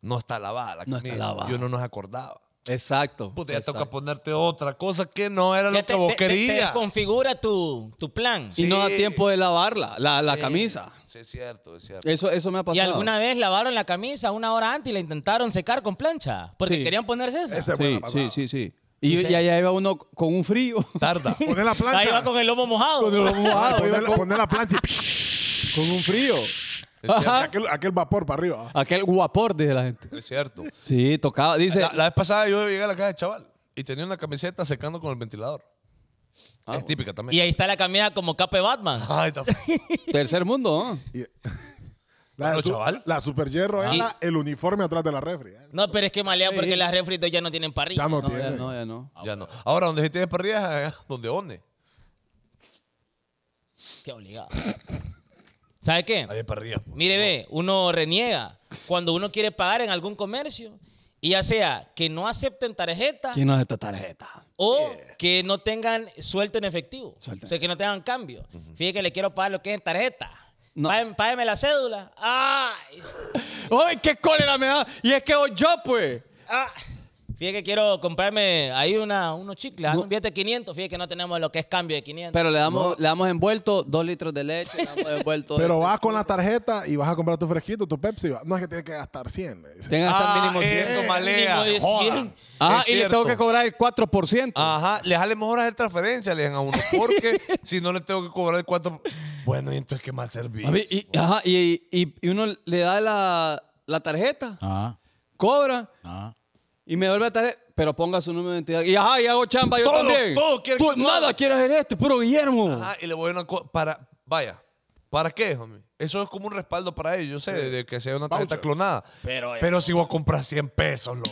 D: No está lavada la
C: No
D: camisa.
C: está lavada.
D: Y uno no se acordaba.
C: Exacto.
D: Puta, ya
C: exacto.
D: toca ponerte otra cosa que no era
A: Ya
D: lo que
A: te-
D: vos
A: te- te- te
D: querías.
A: desconfigura tu, tu plan.
C: Y no da
D: Sí.
C: tiempo de lavarla, la, la camisa.
D: Sí, es cierto, es cierto.
C: Eso, eso me ha
A: Y
C: pasado.
A: alguna vez lavaron la camisa una hora antes y la intentaron secar con plancha. Porque
C: Sí.
A: querían ponerse esa.
E: Ese fue
C: Sí,
E: la pasada.
C: sí, sí, sí. Y, y allá iba uno con un frío.
D: Tarda.
E: Poné la plancha.
A: Ahí va con el lomo mojado.
E: Ah,
C: Mojado,
E: poné
C: iba
E: la-
C: con,
E: poné la plancha y
C: con un frío.
D: Ah.
C: Ajá.
E: aquel, aquel vapor para arriba.
C: Aquel guapor, dice la gente.
D: es cierto.
C: Sí, tocaba. Dice,
D: La, la vez pasada yo llegué a la casa de chaval y tenía una camiseta secando con el ventilador.
C: Ah,
D: es típica también.
A: Y ahí está la camisa como capa de Batman.
D: Ay, está-
C: tercer mundo, ¿no?
E: La,
D: Bueno,
E: su-
D: chaval.
E: la super hierro
A: Ah.
E: era el uniforme atrás de la refri. ¿eh?
A: No, pero es que malea porque las refri ya no tienen parrilla.
E: Ya no,
C: No, ya
E: tiene.
C: no, ya no.
D: ya no. Ahora, donde se tiene parrillas, eh, donde one.
A: Qué obligado. ¿Sabe qué?
D: Hay parrillas. pues.
A: Mire, ve, uno reniega cuando uno quiere pagar en algún comercio y ya sea que no acepten tarjeta
C: ¿Quién nos esta tarjeta?
A: o que no tengan suelto en efectivo.
C: Suelto.
A: O sea, que no tengan cambio. Fíjate que le quiero pagar lo que es en tarjeta.
C: No.
A: Págame, págame la cédula. Ay,
C: ¡Ay, qué cólera me da! Y es que hoy yo, pues.
A: ah. Fíjate que quiero comprarme ahí una, unos chicles, ah, un billete de 500. Fíjate que no tenemos lo que es cambio de 500.
C: Pero le damos, le damos envuelto dos litros de leche, le damos envuelto.
E: Pero
C: de-
D: este
E: vas con la tarjeta y vas a comprar tu fresquito, tu Pepsi. va- No es que tienes que gastar 100. me dice.
C: Tenga hasta
D: Ah,
C: mínimo 10.
D: eso malea.
A: Mínimo de
D: joda.
A: 100.
C: Ajá,
D: Es
C: Ah, y le tengo que
D: cierto. Ah,
C: cobrar el 4%.
D: Ajá, le jale mejor hacer transferencia, le dejan a uno, porque si no le tengo que cobrar el cuatro. Bueno, y entonces, ¿qué más servir?
C: Mami, y, ajá, y, y- y uno le da la, la tarjeta,
B: Ah,
C: cobra
B: ah.
C: y me devuelve la tarjeta, pero ponga su número de identidad. Y ajá, y hago chamba yo
D: Todo,
C: también.
D: todo quiere
C: Tú
D: que-
C: nada quieres hacer este, puro Guillermo.
D: Ajá, y le voy a una cosa. Para, vaya, ¿para qué, homie? Eso es como un respaldo para ellos, yo sé, de, de que sea una tarjeta
E: Voucher.
D: clonada. Pero, si voy a comprar 100 pesos, loco.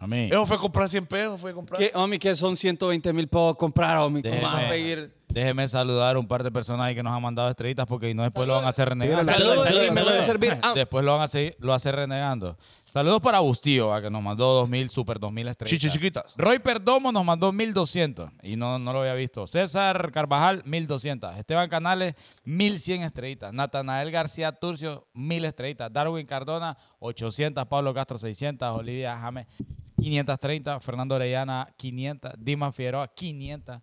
B: A mí.
D: Eso fue comprar 100 pesos, fue comprar.
C: Que, homie, que son 120 mil pesos comprar, homie. ¿Cómo vas a pedir?
B: déjeme saludar un par de personajes que nos han mandado estrellitas porque si no después lo van a hacer renegando.
E: Saludos,
A: Saludos,
C: Saludos,
A: saludos,
C: me voy a
A: saludos.
C: servir. Ah,
B: Después lo van a seguir, lo hace renegando. Saludos para Bustío, a que nos mandó 2000, super 2000 estrellas.
D: Chichis chiquitas.
B: Roy Perdomo nos mandó 1200 y no, no lo había visto. César Carvajal, 1200. Esteban Canales, 1100 estrellitas. Natanael García Turcio, 1000 estrellitas. Darwin Cardona, 800. Pablo Castro, 600. Olivia James, 530. Fernando Orellana, 500. Dimas Figueroa, 500.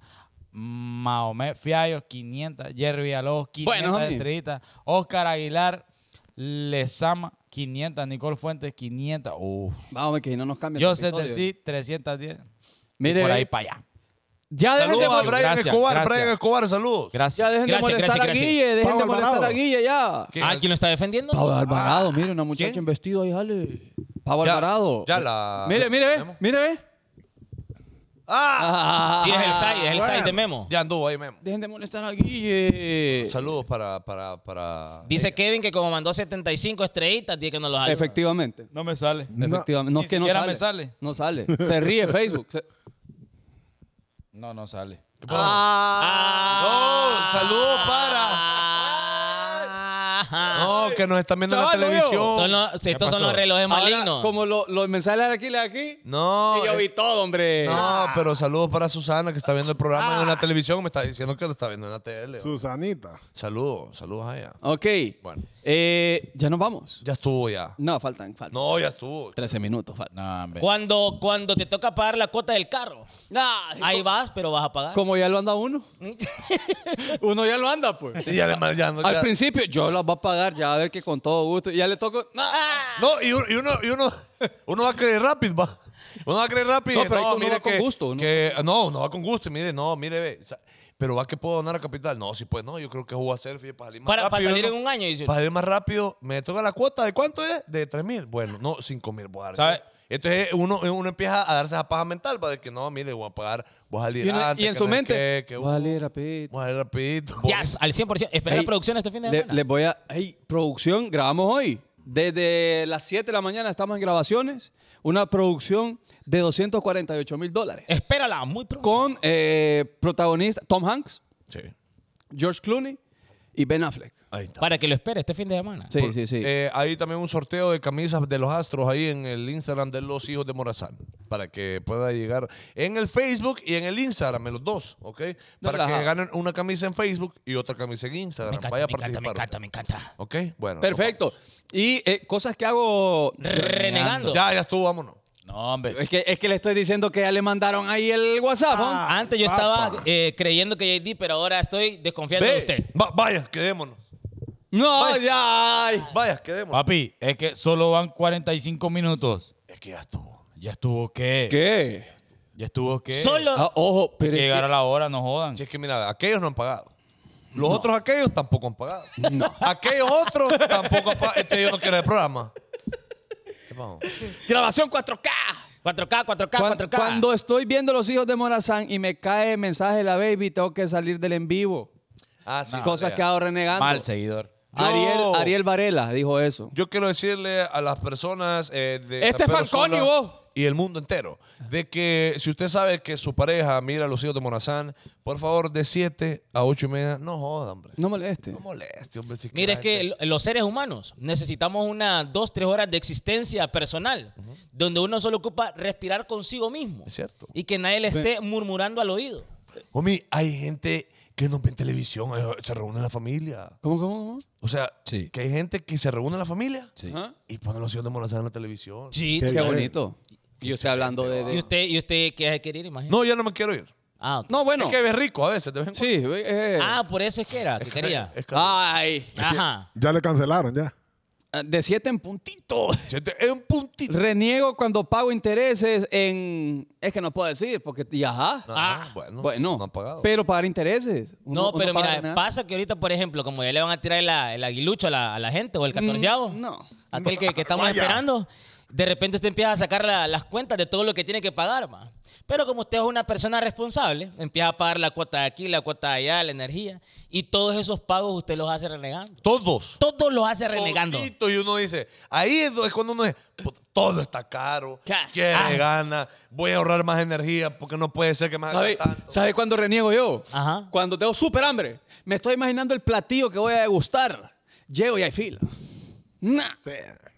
B: Mahomet Fiallos, 500. Jerry Villalobos, 500
C: Bueno, homie.
B: estrellitas. Oscar Aguilar, Lezama, 500. Nicole Fuentes, 500. Uf.
C: vamos, Ah, que si no nos cambia. el
B: Joseph del
C: episodio.
B: Cid, 310.
C: Mire,
B: por ahí para allá.
C: Ya dejen de
D: Saludos a
C: molestar.
D: Brian
B: Gracias,
D: Escobar,
B: gracias.
D: Brian Escobar, saludos.
C: Ya
B: Gracias.
C: dejen
A: Gracias,
C: de molestar
A: gracias,
C: a
A: gracias.
C: Guille, dejen
E: Pablo
C: de molestar
E: Alvarado.
C: a Guille ya.
D: ¿Qué?
A: Ah, ¿quién lo está defendiendo?
C: Pablo Alvarado, mire, una muchacha
D: ¿Quién?
C: en vestido ahí, jale. Pablo Alvarado.
D: Ya la.
C: Mire, mire, ve,
D: ¿Tenemos?
C: mire, ve.
D: ¡Ah!
A: Sí, es el SAI,
C: Ah,
A: es el SAI de Memo.
D: Ya anduvo ahí mismo.
C: Dejen de molestar eh. a Guille.
D: Saludos para. para,
C: Ah,
D: para
A: Dice Kevin que como mandó 75 estrellitas, dice que no los ayuda.
C: Efectivamente.
B: No me sale.
C: Efectivamente. No,
B: Ni
C: es que no
B: siquiera
C: sale.
B: me sale.
C: No sale. Se ríe Facebook. Se-
B: No, no sale.
A: Ah.
D: No,
C: Ah.
D: saludos Oh, para.
A: Ajá.
D: No, que nos están viendo en la
C: Chaval, lo veo.
D: televisión.
A: Ah. Son los-
B: ¿Qué
A: estos son
B: pasó?
A: los relojes
C: Ahora,
A: malignos.
C: como lo- los mensajes de aquí, de aquí.
D: No.
C: y yo
D: es-
C: vi Ah. todo, hombre.
D: No, pero saludos para Susana que está viendo el programa
C: Ah.
D: en la televisión. Me está diciendo que lo está viendo en la tele.
E: Susanita.
D: Saludos, saludos a ella.
C: Ok.
D: Bueno.
C: Eh, ya nos vamos.
D: Ya estuvo ya.
C: No, faltan, faltan.
D: No, ya estuvo.
C: 13 minutos faltan.
B: No, hombre.
A: Cuando, cuando te toca pagar la cuota del carro,
C: Ah,
A: ahí vas, pero vas a pagar.
C: Como ya lo anda uno. uno ya lo anda, pues.
D: Y además ya no.
C: Al
D: ya-
C: principio yo las va a pagar, ya a ver que con todo gusto. Y ya le toco. ¡Ah!
D: No, y uno, y uno, y uno, uno va a creer rápido, va. Uno va a creer rápido.
C: No, pero ahí uno
D: mire
C: va con
D: que,
C: gusto, ¿no?
D: que- no, uno va con gusto y mire, no, mire, ve, sa- pero va que puedo donar a capital. No, sí, pues no, yo creo que voy a hacer fíjate, para salir más
A: para,
D: rápido.
A: para salir
D: ¿no?
A: en un año, dice.
D: Para salir más rápido, me toca la cuota de cuánto es? De 3 mil. Bueno, no, 5 mil voy a dar.
B: ¿Sabe?
D: Entonces eh, uno, uno empieza a darse esa paja mental para de que no, mire, voy a pagar, voy a salir
C: Y, uno-
D: antes.
C: y en
D: que
C: su
D: no sé
C: mente.
D: qué, que, uh,
C: voy a leer
D: voy a salir rapidito.
A: Yes, al 100%. Espera
C: Ey,
A: la producción este fin de
C: Le,
A: semana.
C: les voy a. Hey, producción, grabamos hoy. Desde las 7 de la mañana estamos en grabaciones. Una producción de 248 mil dólares.
A: Espérala, muy pronto.
C: Con eh, protagonista Tom Hanks,
D: Sí,
C: George Clooney y Ben Affleck.
D: ahí está.
A: Para que lo espere este fin de semana.
C: Sí, sí, sí.
D: Eh, hay también un sorteo de camisas de los astros ahí en el Instagram de los hijos de Morazán. Para que pueda llegar en el Facebook y en el Instagram, en los dos, ¿ok? Para que
C: relajado.
D: ganen una camisa en Facebook y otra camisa en
A: Me
D: Instagram.
A: encanta,
D: Vaya a
A: me encanta,
D: participar.
A: me encanta, me encanta.
D: ¿Ok? Bueno.
C: Perfecto. Y eh, cosas que hago.
A: Renegando.
D: nos vamos. Ya, ya estuvo, vámonos.
B: No, hombre.
C: Es que, es que le estoy diciendo que ya le mandaron ahí el WhatsApp. ¿no?
E: Ah,
A: Antes yo
E: papa.
A: estaba eh, creyendo que JD, pero ahora estoy desconfiando
C: Ve.
A: de usted.
D: Va- vaya, quedémonos.
C: No,
D: Bye.
C: ya. ay.
D: Vaya, quedémonos.
B: Papi, es que solo van 45 minutos.
D: Es que ya estuvo.
B: ¿Ya estuvo qué?
C: ¿Qué?
B: ¿Ya estuvo qué?
A: Solo
C: Ah, ojo,
B: Hay
C: pero.
B: que
C: es que-
B: llegar a la hora, no jodan.
D: Si es que mira, aquellos no han pagado. Los otros aquellos tampoco han pagado. Aquellos otros tampoco han pagado. Este yo no quiero el programa. ¿Qué pasó?
C: Grabación 4K.
A: 4K, 4K,
C: Cuan-
A: 4K.
C: Cuando estoy viendo Los Hijos de Morazán y me cae mensaje de la baby, tengo que salir del en vivo.
D: Ah, sí,
C: Cosas
D: vaya.
C: que hago renegando.
B: Mal seguidor.
C: Ariel,
D: Yo-
C: Ariel Varela dijo eso.
D: Yo quiero decirle a las personas eh, de
C: Este
D: San Pedro
C: es Falcón
D: Sula
C: y vos.
D: y el mundo entero de que si usted sabe que su pareja mira a los hijos de Morazán, por favor, de 7 a 8 y media, no joda, hombre. No,
C: No moleste.
D: moleste, hombre. Si
A: Mire, es que
D: la gente-
A: lo- los seres humanos necesitamos unas dos, tres horas de existencia personal, donde uno solo ocupa respirar consigo mismo.
D: Es cierto.
A: Y que nadie le esté murmurando al oído.
D: Homie, hay gente que no ven televisión, eh, se reúnen la familia.
C: ¿Cómo, cómo, cómo?
D: O sea,
F: Sí.
D: que hay gente que se reúne en la familia
F: Sí.
C: Ajá.
D: y ponen los hijos de Morazán en la televisión.
A: Sí.
E: Qué
C: Qué
E: bien.
C: bonito. Y yo estoy hablando de... de-
A: ¿Y usted, ¿Y usted qué hace querer? Imagínate.
D: No, ya no me quiero ir.
A: Ah, ok.
C: No, bueno.
D: Es que es rico a veces, de vez en
C: Sí. Ah. eh,
A: Ah, por eso es que era, que quería.
C: pues,
D: cuando. Es caro.
C: Ay.
A: Ajá.
E: Ya le cancelaron, ya.
C: De siete en puntito.
D: Siente- Es un puntito.
C: Reniego cuando pago intereses en... Es que no puedo decir porque... Y ajá.
D: Ajá,
A: Ah.
D: bueno,
C: bueno,
D: no han pagado.
C: pero pagar intereses. Uno-
A: No,
C: uno
A: pero
C: paga
A: mira,
C: nada.
A: pasa que ahorita, por ejemplo, como ya le van a tirar el, el aguilucho a la, a la gente o el catorceavo,
C: Mm, no.
A: aquel que, que estamos esperando, de repente usted empieza a sacar la- las cuentas de todo lo que tiene que pagar, ma. Pero como usted es una persona responsable, empieza a pagar la cuota de aquí, la cuota de allá, la energía, y todos esos pagos usted los hace renegando.
D: Todos.
A: Todos los hace renegando.
D: Todito, y uno dice, ahí es do- es cuando uno dice, "Puta, todo está caro,
A: ¿Qué?
D: quiere
A: Ah.
D: gana, voy a ahorrar más energía porque no puede ser que más
C: ¿Sabe,
D: tanto.
C: sabe cuándo reniego yo?
A: Ajá.
C: Cuando tengo súper hambre. Me estoy imaginando el platillo que voy a degustar. Llego y hay fila. Nah.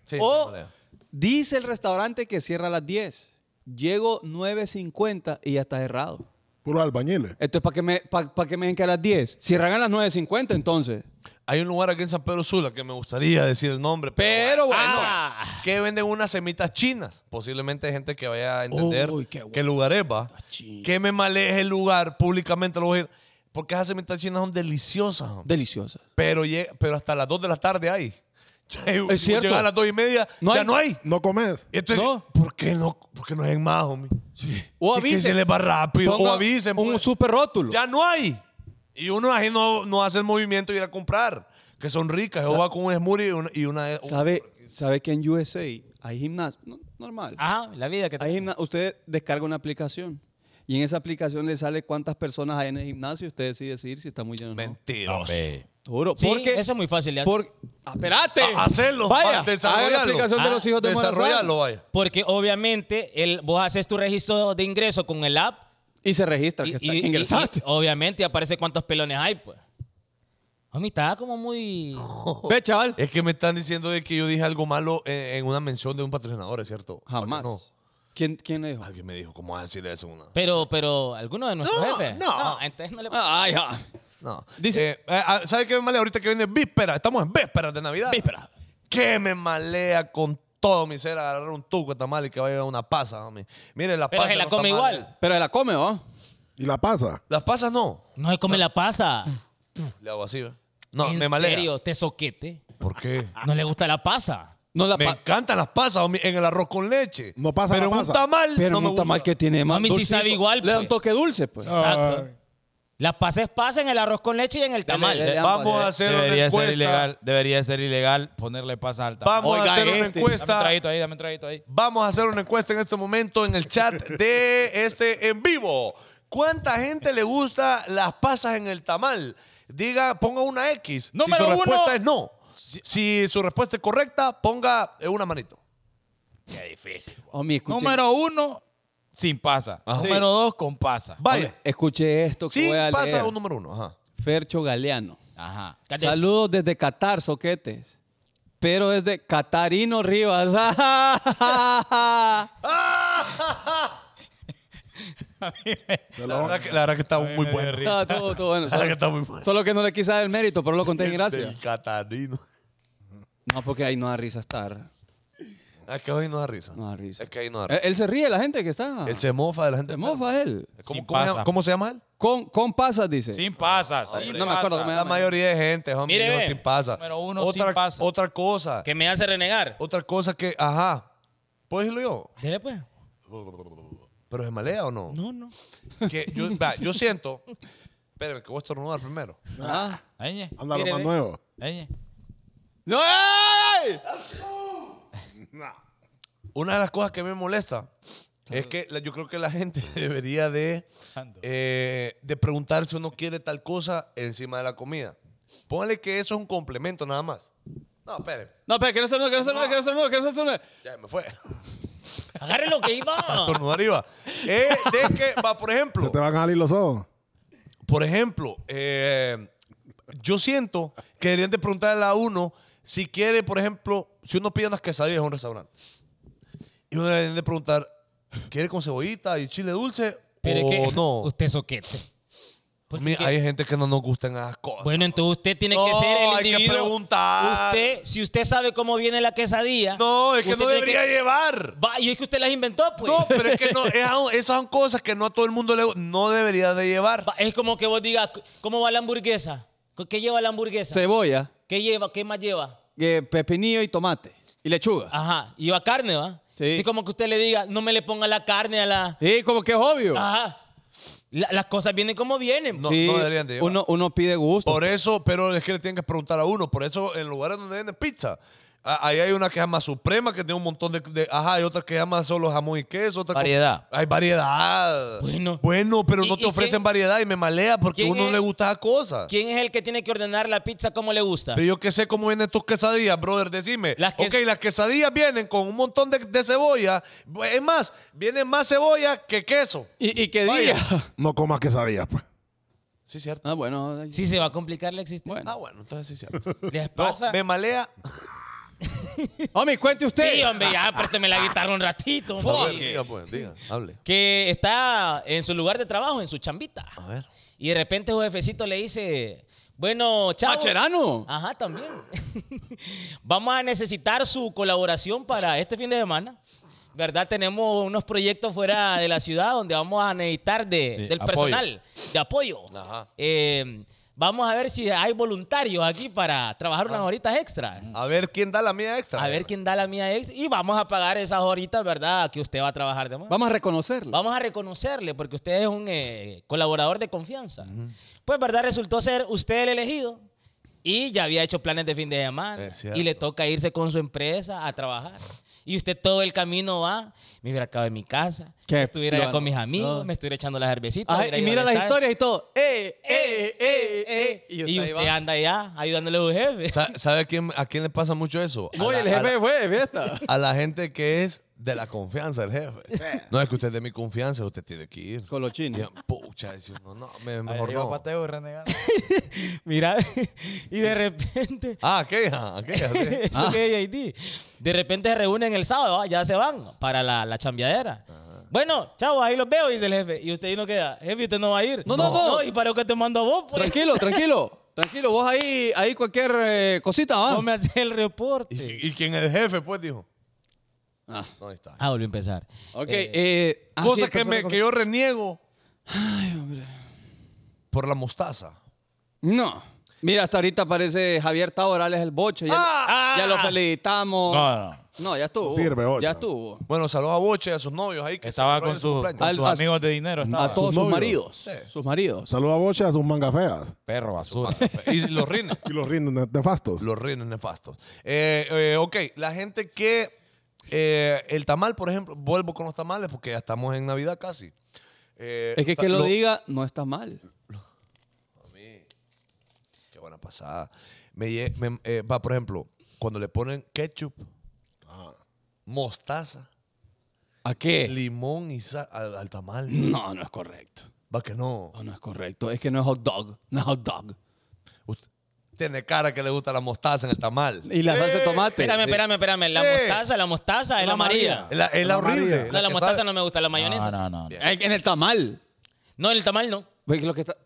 D: Sí,
C: o
D: sí, María.
C: dice el restaurante que cierra a las 10. Llego 9.50 y ya está cerrado.
E: Puro albañiles.
C: Entonces, ¿para qué me, pa- pa' qué me dicen que a las 10? Cierran a las 9.50 entonces.
D: Hay un lugar aquí en San Pedro Sula que me gustaría decir el nombre,
C: Pero bueno.
D: Ah, que venden unas semitas chinas. Posiblemente hay gente que vaya a entender
F: Uy, qué
D: qué,
F: bueno.
D: lugar es, va. Que me maleje el lugar públicamente, lo voy a decir. Porque esas semitas chinas son deliciosas. hombre.
C: Deliciosa.
D: pero, llega- pero hasta las 2 de la tarde hay.
C: Es cierto.
D: Llegar a las 2 y media,
C: No
D: ya
C: hay.
D: no hay.
E: No comes.
D: Y Entonces,
C: No.
D: ¿por qué no? ¿Por qué no hay más, homie?
C: O
D: Es que se
C: avisen.
D: les va rápido. O
C: pongan
D: avisen.
C: Un
D: pues.
C: súper rótulo.
D: Ya no hay. Y uno ahí no, no hace el movimiento de ir a comprar. Que son ricas. Yo va con un smoothie y una... y una-
C: ¿Sabe, ¿Sabe que en USA hay gimnasio? no, normal.
A: Ajá, la vida que
C: Hay gimna- usted descarga una aplicación y en esa aplicación le sale cuántas personas hay en el gimnasio y usted decide decidir si está muy lleno o no.
D: Mentiroso.
F: Hombre.
C: Juro,
A: Sí,
C: porque...
A: eso es muy fácil de hacer.
C: por- Ah, ¡Espérate!
D: A- hacerlo, va,
C: Vaya, haga
D: desarrollarlo.
C: la aplicación
A: Ah,
C: de los hijos de Morazán.
D: Desarrollarlo, vaya.
A: Porque obviamente el, vos haces tu registro de ingreso con el app
C: Y se registra
A: y,
C: que está-
A: y-
C: que ingresaste.
A: y- obviamente aparece cuántos pelones hay, pues. Homie, estaba como muy...
C: Ve, chaval.
D: Es que me están diciendo de que yo dije algo malo en, en una mención de un patrocinador, ¿es cierto?
C: Jamás.
D: No.
C: ¿Quién, ¿Quién le dijo?
D: Alguien me dijo, ¿cómo vas a decir eso? a Una?
A: Pero, pero, ¿alguno de nuestros
D: No,
A: jefes?
D: no. Ah,
A: entonces no le...
C: Ay, ja.
D: No.
C: Dice-
D: Eh, eh, ah, ¿Sabe qué me malea ahorita que viene víspera? Estamos en vísperas de Navidad. Víspera. ¿Qué me malea con todo mi ser agarrar un tuco de tamal y que vaya a una pasa, homie? Mire, las
A: Pero
D: pasas
A: se la
D: no eh.
A: come
D: tamales.
A: igual.
C: Pero la come, ¿oh?
E: Y la pasa.
D: Las pasas no.
A: No se come la pasa.
D: Le hago así, ¿ve? No,
A: ¿En
D: me malea.
A: serio? ¿Te soquete?
D: ¿Por qué?
A: ¿No le gusta la pasa?
C: No la
D: Me
C: pa-
D: encantan las pasas, homie, en el arroz con leche.
E: No pasa
D: Pero
E: la
D: en un
E: pasa.
D: tamal
C: Pero
D: no
C: no,
D: me
C: está
D: gusta.
C: mal que tiene más.
A: Mami, sí
C: dulcito.
A: sabe igual,
C: Le da un
A: pues.
C: toque dulce, pues.
A: Exacto. La pasa es pasa en el arroz con leche y en el tamal.
C: dele, dele.
D: Vamos
C: Ambas,
D: a hacer una
B: Debería ser
D: encuesta.
B: ilegal, debería ser ilegal ponerle pasa alta.
D: Vamos
C: Oiga,
D: a hacer una
C: este.
B: Dame un
D: encuesta.
B: traguito ahí, dame un traguito ahí.
D: Vamos a hacer una encuesta en este momento en el chat de este en vivo. ¿Cuánta gente le gusta las pasas en el tamal? Diga, ponga una X.
B: Número
D: si su
B: uno.
D: respuesta es no. Si su respuesta es correcta, ponga eh, una manito.
C: Homie, escuche,
B: Número uno, sin pasa.
D: Ajá.
B: Número dos, con pasa.
D: Vaya.
C: escuche esto que
D: Sí,
C: voy a leer.
D: pasa un número uno. Ajá.
C: Fercho Galeano.
B: Ajá.
A: Cállate.
C: Saludos desde Qatar, soquetes. Pero desde Catarino Rivas. Ah,
D: La verdad, que, la verdad que está muy bueno. La
C: No, todo, todo bueno.
D: verdad que
C: Solo,
D: está muy bueno.
C: solo que no le quise dar el mérito, pero lo conté en gracia.
D: El catarino.
C: No, porque ahí no da risa estar.
D: Es que hoy no da risa.
C: No da risa.
D: Es que ahí no da
C: Eh, ah.
D: risa.
C: Él se ríe de la gente que está.
D: Él se mofa de la gente.
C: Se mofa él.
D: ¿Cómo,
B: Sin
D: cómo se
B: pasa.
D: llama- cómo se llama él?
C: Con, con pasas, dice.
B: Sin pasa. sin
C: no me acuerdo
B: pasa.
C: cómo
D: La mayoría de gente, homie,
A: Mire,
D: no,
A: ve.
D: sin pasa.
B: Número uno,
D: otra,
B: sin pasa.
D: Otra cosa,
A: Que me hace renegar.
D: otra cosa que, ajá, ¿puedo decirlo yo?
A: Dele, pues.
D: ¿Pero se malea o no?
A: No, no.
D: Que yo, va, yo siento, espérame, que voy a estornudar primero.
C: Ah.
B: Ñe,
E: Ándalo
C: Mire,
E: más
C: ve.
E: nuevo.
B: ñe.
C: ¡No! ¡Ay!
D: Una de las cosas que me molesta es que la- yo creo que la gente debería de, eh, de preguntar si uno quiere tal cosa encima de la comida. Póngale que eso es un complemento nada más. No, espérame,
C: No, pero que no se que no se que no se que no se
D: ya me fue.
A: Agarre lo que iba.
D: Estornudar iba. Eh, de que, va, por ejemplo.
E: Se te van a salir los ojos.
D: Por ejemplo, eh, yo siento que deberían de preguntarle a uno si quiere, por ejemplo, si uno pide unas quesadillas en un restaurante. Y uno le deberían de preguntar, ¿quiere con cebollita y chile dulce
A: Pero
D: o
A: es que
D: oh, no?
A: usted soquete. Porque
D: Mi-
A: que-
D: Hay gente que no nos gustan esas cosas.
A: Bueno, entonces usted tiene que
D: No,
A: ser el
D: hay que
A: individuo.
D: preguntar.
A: Usted, si usted sabe cómo viene la quesadilla.
D: No, es que
A: usted
D: no
A: tiene
D: debería llevar.
A: Va, y es que usted las inventó, pues.
D: No, pero es que no, es- esas son cosas que no a todo el mundo le gu- no debería de llevar.
A: Va, es como que vos digas, ¿cómo va la hamburguesa? ¿Qué lleva la hamburguesa?
C: Cebolla,
A: ¿Qué lleva? ¿Qué más lleva?
C: eh, pepinillo y tomate. Y lechuga.
D: Ah.
A: Ajá, lleva carne, ¿va?
C: Sí.
A: Es como que usted le diga, no me le ponga la carne a la...
C: Sí, como que es obvio.
D: Ah,
A: Ajá. La- las cosas vienen como vienen.
D: No,
C: Sí,
D: no deberían de llevar.
C: Uno, uno pide gusto.
D: Por eso, pero es que le tienen que preguntar a uno. Por eso, en lugares donde venden pizza, a- ahí hay una que se llama Suprema, que tiene un montón de, de- ajá, hay otra que se llama solo jamón y queso. Otra con-
B: Variedad.
D: hay variedad.
A: Bueno.
D: Bueno, pero
A: ¿Y-
D: no
A: y
D: te ofrecen
A: quién-
D: variedad y me malea porque a
A: quién
D: uno
A: es-
D: no le gusta esa cosa.
A: ¿Quién es el que tiene que ordenar la pizza como le gusta?
D: Pero yo que sé cómo vienen tus quesadillas, brother, decime.
A: Las que-
D: ok, las quesadillas vienen con un montón de, de cebolla. Es más, vienen más cebolla que queso.
C: ¿Y, y qué
D: Vaya.
C: día?
E: No comas quesadillas, pues.
D: Sí, cierto.
C: Ah, bueno.
A: Sí, se va a complicar la existencia.
D: Ah, bueno, entonces sí, cierto.
A: ¿Les
D: No,
A: pasa?
D: me malea.
C: Homie, cuente usted.
A: Sí, hombre, ya présteme la guitarra un ratito. hombre.
D: A ver, diga, pues, diga, hable.
A: Que está en su lugar de trabajo, en su chambita.
D: A ver.
A: Y de repente su jefecito le dice, bueno, chavos. Ah.
C: Macherano.
A: Ajá, también. Vamos a necesitar su colaboración para este fin de semana. ¿Verdad? Tenemos unos proyectos fuera de la ciudad donde vamos a necesitar de,
B: Sí,
A: del
B: apoyo.
A: personal, de apoyo.
D: Ajá.
A: Eh, vamos a ver si hay voluntarios aquí para trabajar unas horitas extras.
D: A ver quién da la mía extra.
A: A ver quién da la mía extra. Y vamos a pagar esas horitas, ¿verdad? Que usted va a trabajar de más.
C: Vamos a reconocerlo.
A: Vamos a reconocerle porque usted es un eh, colaborador de confianza. Pues, ¿verdad? Resultó ser usted el elegido y ya había hecho planes de fin de semana.
D: Es cierto.
A: Y le toca irse con su empresa a trabajar. Y usted todo el camino va, me hubiera acabado de mi casa,
C: Qué
A: estuviera allá con mis
C: plano.
A: amigos,
C: Ah.
A: me estuviera echando las cervecitas.
C: Ajá,
A: hubiera
C: y
A: ido
C: mira
A: al
C: las
A: estadio.
C: historias y todo. ¡Eh, eh, eh, eh!
A: Y,
C: ahí
A: usted
C: va.
A: anda allá ayudándole a su jefe.
D: Sa- ¿Sabe a quién, a quién le pasa mucho eso? A
C: Oye,
D: la-
C: el
D: a la-
C: jefe fue de fiesta.
D: A la gente que es de la confianza del jefe. No es que usted es de mi confianza, usted tiene que ir.
C: Con los
D: Y,
C: chinos.
D: Pucha, dice uno, no, me-
B: Ahí
D: mejor
B: iba
D: no.
B: Pateo renegando.
A: Mira, y de repente
D: Ah, aquella, aquella. sí.
A: Eso que es JD. De repente se reúnen el sábado, ah, ya se van para la, la chambeadera. Bueno, chavos, ahí los veo, dice el jefe. Y usted ahí no queda. Jefe, usted no va a ir.
C: No, no, no.
A: y para que te mando a vos, pues.
C: Tranquilo, tranquilo. Tranquilo, vos ahí, ahí cualquier eh, cosita, ¿va?
A: No me haces el reporte.
D: ¿Y, y quién es el jefe, pues, dijo?
C: Ah.
D: No, ahí está.
A: Ah, volvió a empezar.
C: Ok,
A: Eh,
C: eh, ah,
D: Cosa
C: sí,
D: que, me,
C: persona-
D: que yo reniego. Por la mostaza.
C: No. Mira, hasta ahorita aparece Javier Taborales el boche. Ya,
D: Ah,
C: ya
D: ah.
C: lo felicitamos.
B: No, no, no.
C: No, ya estuvo.
E: No sirve, ocho.
C: Ya estuvo.
D: Bueno, saludos a Boche y a sus novios ahí. Que
B: Estaba
D: celebran
B: con, su- con
D: cumpleaños.
C: Al-
B: sus
C: a-
B: amigos de dinero. Estaba.
C: A todos
E: Sus
C: sus
E: novios.
C: maridos.
D: Sí.
C: Sus maridos.
E: Saluda a Boche a sus mangas feas.
B: Perro, basura.
D: Y los rines.
E: Y los rinden de- nefastos.
D: Los rines nefastos. Eh, eh, ok, la gente que. eh, el tamal, por ejemplo, vuelvo con los tamales porque ya estamos en Navidad casi. Eh,
C: Es que
D: ta-
C: que lo, diga no está mal.
D: Qué buena pasada. Me, lle- me- eh, va, por ejemplo, cuando le ponen ketchup, mostaza,
C: ¿A Ah. qué?
D: limón y sal al, al tamal.
C: No, no es correcto.
D: Va que no.
C: No, no es correcto. Es que no es hot dog. No es hot dog.
D: Usted tiene cara que le gusta la mostaza en el tamal.
C: Y la salsa de tomate.
A: Espérame, espérame, espérame. La
D: Sí.
A: mostaza, la mostaza es la amarilla.
D: Es la, es la
E: La
D: horrible.
E: María.
A: No, la
D: que
A: mostaza
D: sabe-
A: no me gusta, la mayonesa.
B: No,
A: No,
B: no, no. no.
C: Eh, Es que En el tamal.
A: el tamal no.
C: Ve que lo que está-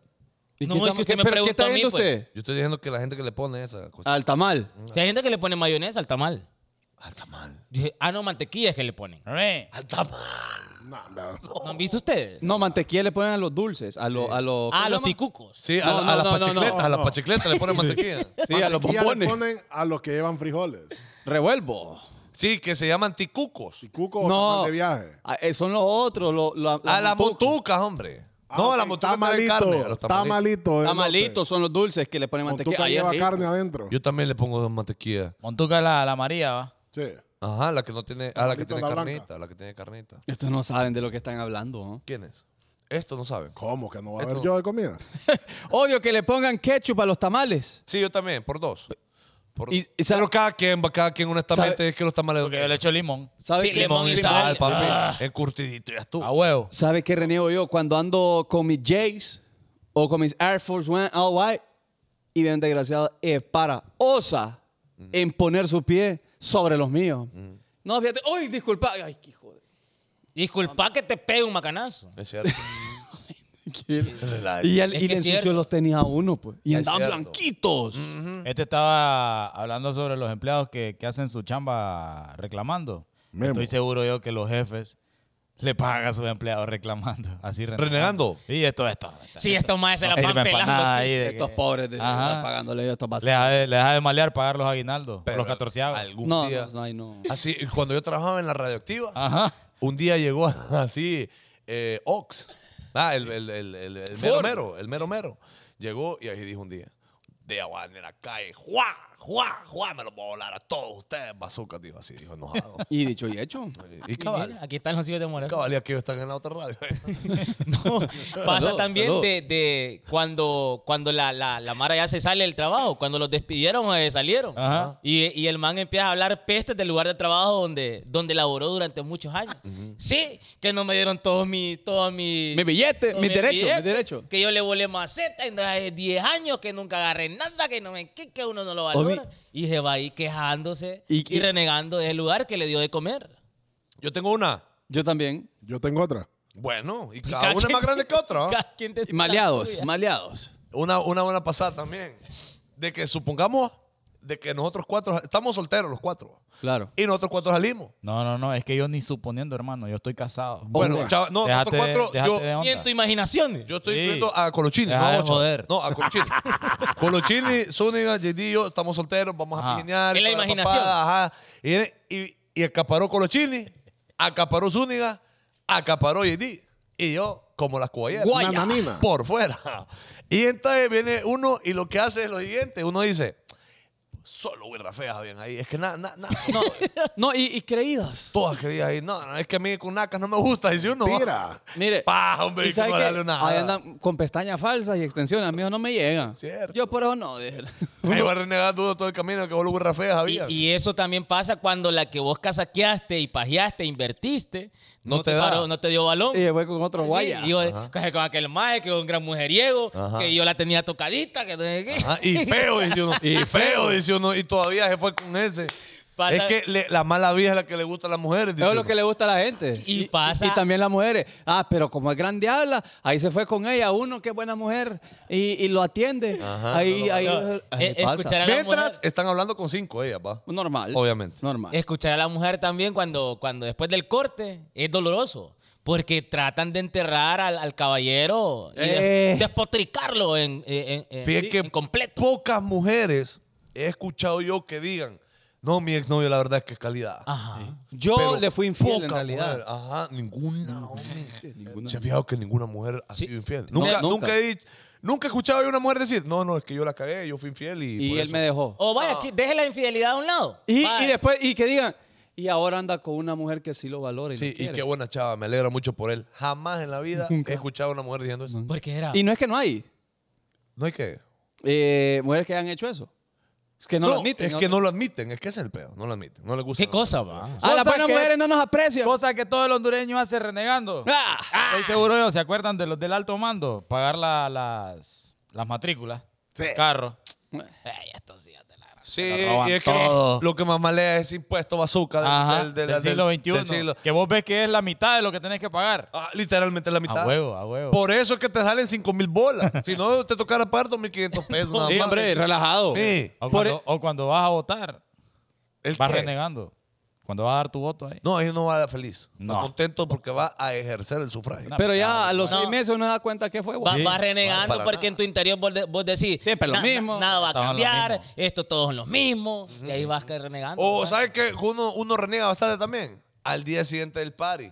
C: ¿Y
A: No,
C: qué
A: es
C: está-
A: que usted
C: qué-
A: me
C: pero
A: preguntó
C: ¿Qué está
A: a mí,
C: viendo
A: pues.
C: usted?
D: Yo estoy diciendo que la gente que le pone esa cosa.
C: Al tamal.
A: Si hay gente que le pone mayonesa al tamal.
D: Al tamal.
A: Yo dije, ah, no, mantequilla es que le ponen.
B: Hombre,
D: Al tamal.
E: No, no.
A: ¿No han visto ustedes?
C: No, mantequilla le ponen a los dulces. A, los a los. ¿cómo
A: Ah,
C: se
A: los
C: llama?
A: ticucos.
D: Sí, a,
C: No,
D: la- a
C: no,
D: las
C: no, no,
D: pachicletas.
C: no.
D: a las pachicletas le ponen mantequilla.
C: Sí, a los
E: Mantequilla le
C: bombones.
E: ponen a los que llevan frijoles.
C: Revuelvo.
D: Sí, que se llaman ticucos.
E: Y cuco o
C: No.
E: tamal de viaje.
C: Ah, eh, son los otros. Los, los-
D: A las
C: montucos.
D: montucas, hombre. No, a la
E: Ah, ok,
D: montuca trae
E: tamalito,
D: carne. A los tamalitos.
E: Tamalito. eh, de
C: Tamalitos
E: elote.
C: son los dulces que le ponen mantequilla.
E: Montuca
C: Ay, es
E: lleva
C: rico.
E: carne adentro.
D: Yo también le pongo mantequilla.
B: Montuca la, la María, ¿va?
E: Sí.
D: Ajá, la que no tiene. A la que
E: Tamalito
D: tiene
E: a la
D: carnita.
E: blanca.
D: La que tiene carnita.
C: Estos no saben de lo que están hablando. ¿no?
D: ¿Quiénes? Esto no saben.
E: ¿Cómo que no va a haber
D: Esto-
E: yo de comida?
C: Odio que le pongan ketchup a los tamales.
D: Sí, yo también, por dos. Por-
C: Y- y sabe-
D: pero cada quien, va, cada quien honestamente
C: sabe-
D: es que los tamales.
B: Porque yo le echo limón.
C: ¿Sabe,
A: Sí,
C: qué-
A: limón
D: limón
A: y
D: y
A: sal.
D: sal, papi.
A: Ah.
D: Encurtidito, ya tú.
C: Ah,
B: A huevo.
C: ¿Sabe qué reniego yo? Cuando ando con mis Jays o con mis Air Force One All White y ven desgraciado, eh, para, osa
D: Mm.
C: en poner su pie sobre los míos. No, fíjate, uy, disculpa. Ay, qué hijo de-
A: Disculpa que te pegue un macanazo.
D: Es cierto.
C: tranquilo.
D: Relax.
C: Y, él,
A: Es
C: y
A: que
C: le
A: es
C: ensució
A: cierto.
C: los tenis a uno, pues. Y
D: Es
C: andaban
D: cierto. Mm-hmm.
C: blanquitos.
D: Mm.
B: Este estaba hablando sobre los empleados que, que hacen su chamba reclamando.
E: Memo.
B: Estoy seguro yo que los jefes le pagan a sus empleados reclamando. Así
D: Renegando.
B: Y esto, esto. esto.
A: Sí, estos más se la van
B: sirven pa' nada
A: pelando.
B: ahí de
C: Estos
B: que-
C: pobres de
B: Ajá.
C: estar pagándole a estos
B: Le
C: vacíos.
B: deja de, le deja de malear pagar los aguinaldos,
D: Pero
B: los 14
D: Algún
C: No,
D: día.
C: no, Ah. no, ay, no.
D: Así, cuando yo trabajaba en la radioactiva,
B: Ajá.
D: un día llegó así eh, Ox. Ah, el, el, el, el, el mero
A: Ford.
D: mero, el mero mero. Llegó y ahí dijo un día, de agua en la calle, ¡juá! ¡juá! ¡juá! Me lo voy a volar a todos ustedes, bazooka, dijo así, dijo enojado.
C: Y dicho y hecho.
D: y
A: Y mira,
D: cabal,
A: Aquí están los hijos de Morales.
D: cabal, y aquí están en la otra radio.
A: No, pasa
C: Salud,
A: también
C: salud.
A: de, de cuando, cuando la, la, la Mara ya se sale del trabajo, cuando los despidieron eh, salieron.
B: Ajá.
A: Y, y el man empieza a hablar pestes del lugar de trabajo donde, donde laboró durante muchos años. Sí, que no me dieron todos mis todos mis
C: Mi billete,
A: todos
C: mis derechos, mis
A: billetes,
C: derechos.
A: Que yo le volé maceta y hace 10 años que nunca agarré nada, que no me que, que uno no lo valora.
C: Obi-
A: Y se va ahí quejándose
C: Y
A: y,
C: que-
A: renegando del lugar que le dio de comer.
D: Yo tengo una.
C: Yo también.
E: Yo tengo otra.
D: Bueno, y
A: cada
D: cada una es
A: quien
D: más grande que otra. ¿ah?
A: Cada quien te-
C: Y Maleados,
A: la suya.
C: maleados.
D: Una, una buena pasada también. De que supongamos de que nosotros cuatro, estamos solteros los cuatro,
C: Claro.
D: y nosotros cuatro salimos.
B: No, no, no, es que yo ni suponiendo, hermano, yo estoy casado.
D: Bueno,
C: Hombre.
D: chaval, no,
B: Déjate-
D: nosotros cuatro,
B: déjate
D: yo,
B: de onda.
A: Y en tu imaginación.
D: Yo estoy
B: Sí.
D: incluyendo a Colochini,
B: Deja
D: no a
B: de
D: Ochoa.
B: joder.
D: No, a Colochini. Colochini, Zúñiga, JD y yo estamos solteros, vamos
B: Ajá.
D: a piñar.
A: Es la imaginación.
D: ajá. Y, viene- y, y acaparó Colochini, acaparó Zúñiga, acaparó JD. Y yo, como las cubayeras,
C: Guaya.
E: Nananina.
D: por fuera. Y entonces viene uno y lo que hace es lo siguiente. Uno dice, solo güeras feas habían ahí. Es que nada, nada, nada.
C: No, no y, y creídas.
D: Todas querían ahí. No, no, es que a mí con nacas no me gusta. Dice uno.
E: Mentira.
C: Mire.
D: Pa, hombre,
C: ¿y sabe
D: no
C: qué?
D: darle nada.
C: Ahí andan con pestañas falsas y extensiones. A mí no me llegan.
D: Cierto.
C: Yo por eso no. dije.
D: Ahí va renegando todo el camino que vos lo güeras feas
A: Y,
D: habías.
A: y eso también pasa cuando la que vos casaqueaste y pajeaste, invertiste, no,
D: No
A: te,
D: te da.
A: paró, no te dio balón.
C: Y después con otro guaya.
A: Sí, y yo, que con aquel maje, que es un gran mujeriego,
D: Ajá.
A: que yo la tenía tocadita, que no sé qué.
D: Ajá, y feo, dice uno. Y feo, dice uno. Y todavía se fue con ese.
A: Pasa-
D: Es que le- la mala vida es la que le gusta a las mujeres. dice
C: Eso es lo
D: uno.
C: que le gusta a la gente.
A: Y pasa-
C: Y, también las mujeres. Ah, pero como es gran diabla, ahí se fue con ella uno que es buena mujer y, y lo atiende.
D: Ajá,
C: ahí,
D: no lo-
C: ahí,
A: no.
C: ahí
A: Eh,
C: pasa.
A: escuchar a- la
D: Mientras
A: mujer-
D: están hablando con cinco ellas, va.
C: Normal.
D: Obviamente.
C: Normal.
A: Escuchar a la mujer también cuando, cuando después del corte es doloroso. Porque tratan de enterrar al, al caballero y de-
C: Eh.
A: despotricarlo en, en- en-
D: Fíjate
A: en
D: que
A: completo.
D: pocas mujeres he escuchado yo que digan, no, mi exnovio la verdad es que es calidad.
A: Ajá.
C: Ah, Yo
D: Pero
C: le fui infiel en
D: pocas
C: realidad.
D: mujeres, ajá, ninguna, hombre. Se ha fijado que ninguna mujer ha
A: Sí.
D: sido infiel.
C: No,
D: Nunca, nunca.
C: nunca.
D: he dicho, nunca he escuchado yo a una mujer decir, no, no, es que yo la cagué, yo fui infiel y.
C: Y
D: por
C: él
D: eso". Oh,
C: me dejó.
A: O vaya, aquí, deje la infidelidad a un lado.
C: Y,
A: Vaya.
C: y después, y que digan, y ahora anda con una mujer que sí lo valora y lo
D: Sí, y
C: quiere.
D: qué buena chava, me alegra mucho por él. Jamás en la vida
C: Nunca.
D: he escuchado a una mujer diciendo eso.
A: Porque
B: Ah.
A: era...
C: Y no es que no hay
D: No hay que.
C: eh, mujeres que han hecho eso. Es que no, lo admiten.
D: Es que no lo admiten, es que ese es el pedo, no lo admiten, no les gusta.
A: ¿Qué cosa, va?
C: A las
B: Cosa
C: buenas
B: que-
C: mujeres no nos aprecian.
B: Cosa que todo el hondureño hace renegando.
C: Ah,
B: Estoy seguro yo, ¿se acuerdan de los del alto mando? Pagar la- las, las matrículas.
E: Sí.
B: del Carro.
D: Sí,
B: Te lo roban
D: y es que
B: todo.
D: lo que más malea es impuesto bazooka del,
B: Ajá,
D: del-
B: del,
D: del- del-
B: siglo XXI.
D: del siglo.
B: Que vos ves que es la mitad de lo que tenés que pagar.
D: Ah, literalmente la mitad.
B: A huevo, a huevo.
D: Por eso es que te salen 5 mil bolas. si no, te tocara pagar 2.500 pesos. nada
C: sí,
D: más.
C: hombre, relajado.
D: Sí.
B: o,
C: por-
B: cuando, o cuando vas a votar,
D: ¿El
B: vas
D: qué?
B: renegando. Cuando vas a dar tu voto ahí.
D: No, ahí no va feliz.
B: No.
D: Está contento porque va a ejercer el sufragio.
B: No.
C: Pero ya a los
A: No.
C: seis meses uno se da cuenta que fue
A: Va,
C: guay.
A: va renegando
D: para
A: porque
D: nada.
A: en tu interior vos, de- vos decís,
C: Siempre lo
A: "Na- na-
C: mismo,
A: nada va a
B: todos lo
A: cambiar,
B: mismo".
A: esto todos los mismos, y ahí vas que renegando. pues.
D: O,
A: Ah, ¿verdad?
D: Oh, ¿sabes qué? Uno, uno renega bastante también. Al día siguiente del party.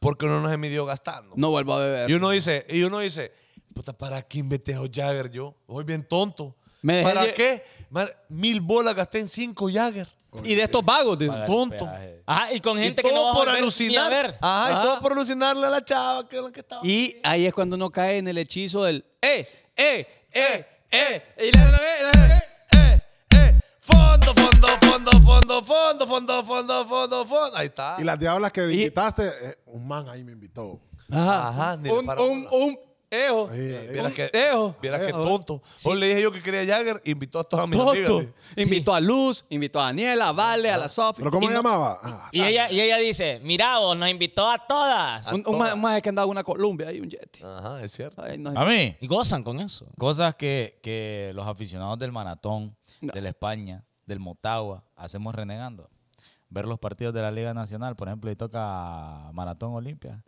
D: Porque uno no se midió gastando.
C: No vuelvo a beber.
D: Y uno dice, y uno dice, puta, ¿para qué inventé a Jagger yo? Voy bien tonto.
C: Me dejé
D: ¿Para
C: lle-
D: qué? Mar- mil bolas gasté en cinco Jagger.
C: Y de estos vagos, digo.
B: Pagar el
D: tonto.
B: peaje.
A: Ajá, y con
D: Y
A: gente
D: todo
A: que no vas a
D: por
A: volver ni a
D: alucinar.
A: ver.
D: Ajá,
C: Ah.
D: y todo por alucinarle a la chava que es la que estaba.
C: Y ahí es cuando uno cae en el hechizo del eh, eh, eh, eh. Y la otra vez, la- eh.
D: Eh, eh, fondo, fondo, fondo, fondo, fondo, fondo, fondo, fondo, fondo. Ahí está.
E: Y las diablas que visitaste, eh, un man ahí me invitó.
C: Ajá.
D: Ajá, ni le
C: un,
D: para
C: un,
D: bola.
C: un Ejo.
E: Ahí, ahí.
D: Vieras que,
C: Ejo.
D: vieras que
C: Ejo.
D: tonto. Hoy le dije yo que quería Jagger, invitó a todas mis amigas.
C: Tonto.
D: le- Ah.
C: Invitó a Luz, invitó a Daniela, a Vale, a la Sofi.
E: ¿Pero cómo
C: Y
E: se
C: no-
E: llamaba? Ah,
A: Y ella, y ella dice, mira vos, nos invitó a todas.
D: Ah.
C: Un, un ma- un maje que andaba en una Columbia ahí, un Yeti.
D: Ajá, es cierto.
C: Ay, no,
B: A mí,
A: Y gozan con eso.
B: cosas que, que los aficionados del maratón,
C: No.
B: de la España, del Motagua, hacemos renegando. Ver los partidos de la Liga Nacional, por ejemplo, y toca Maratón Olimpia,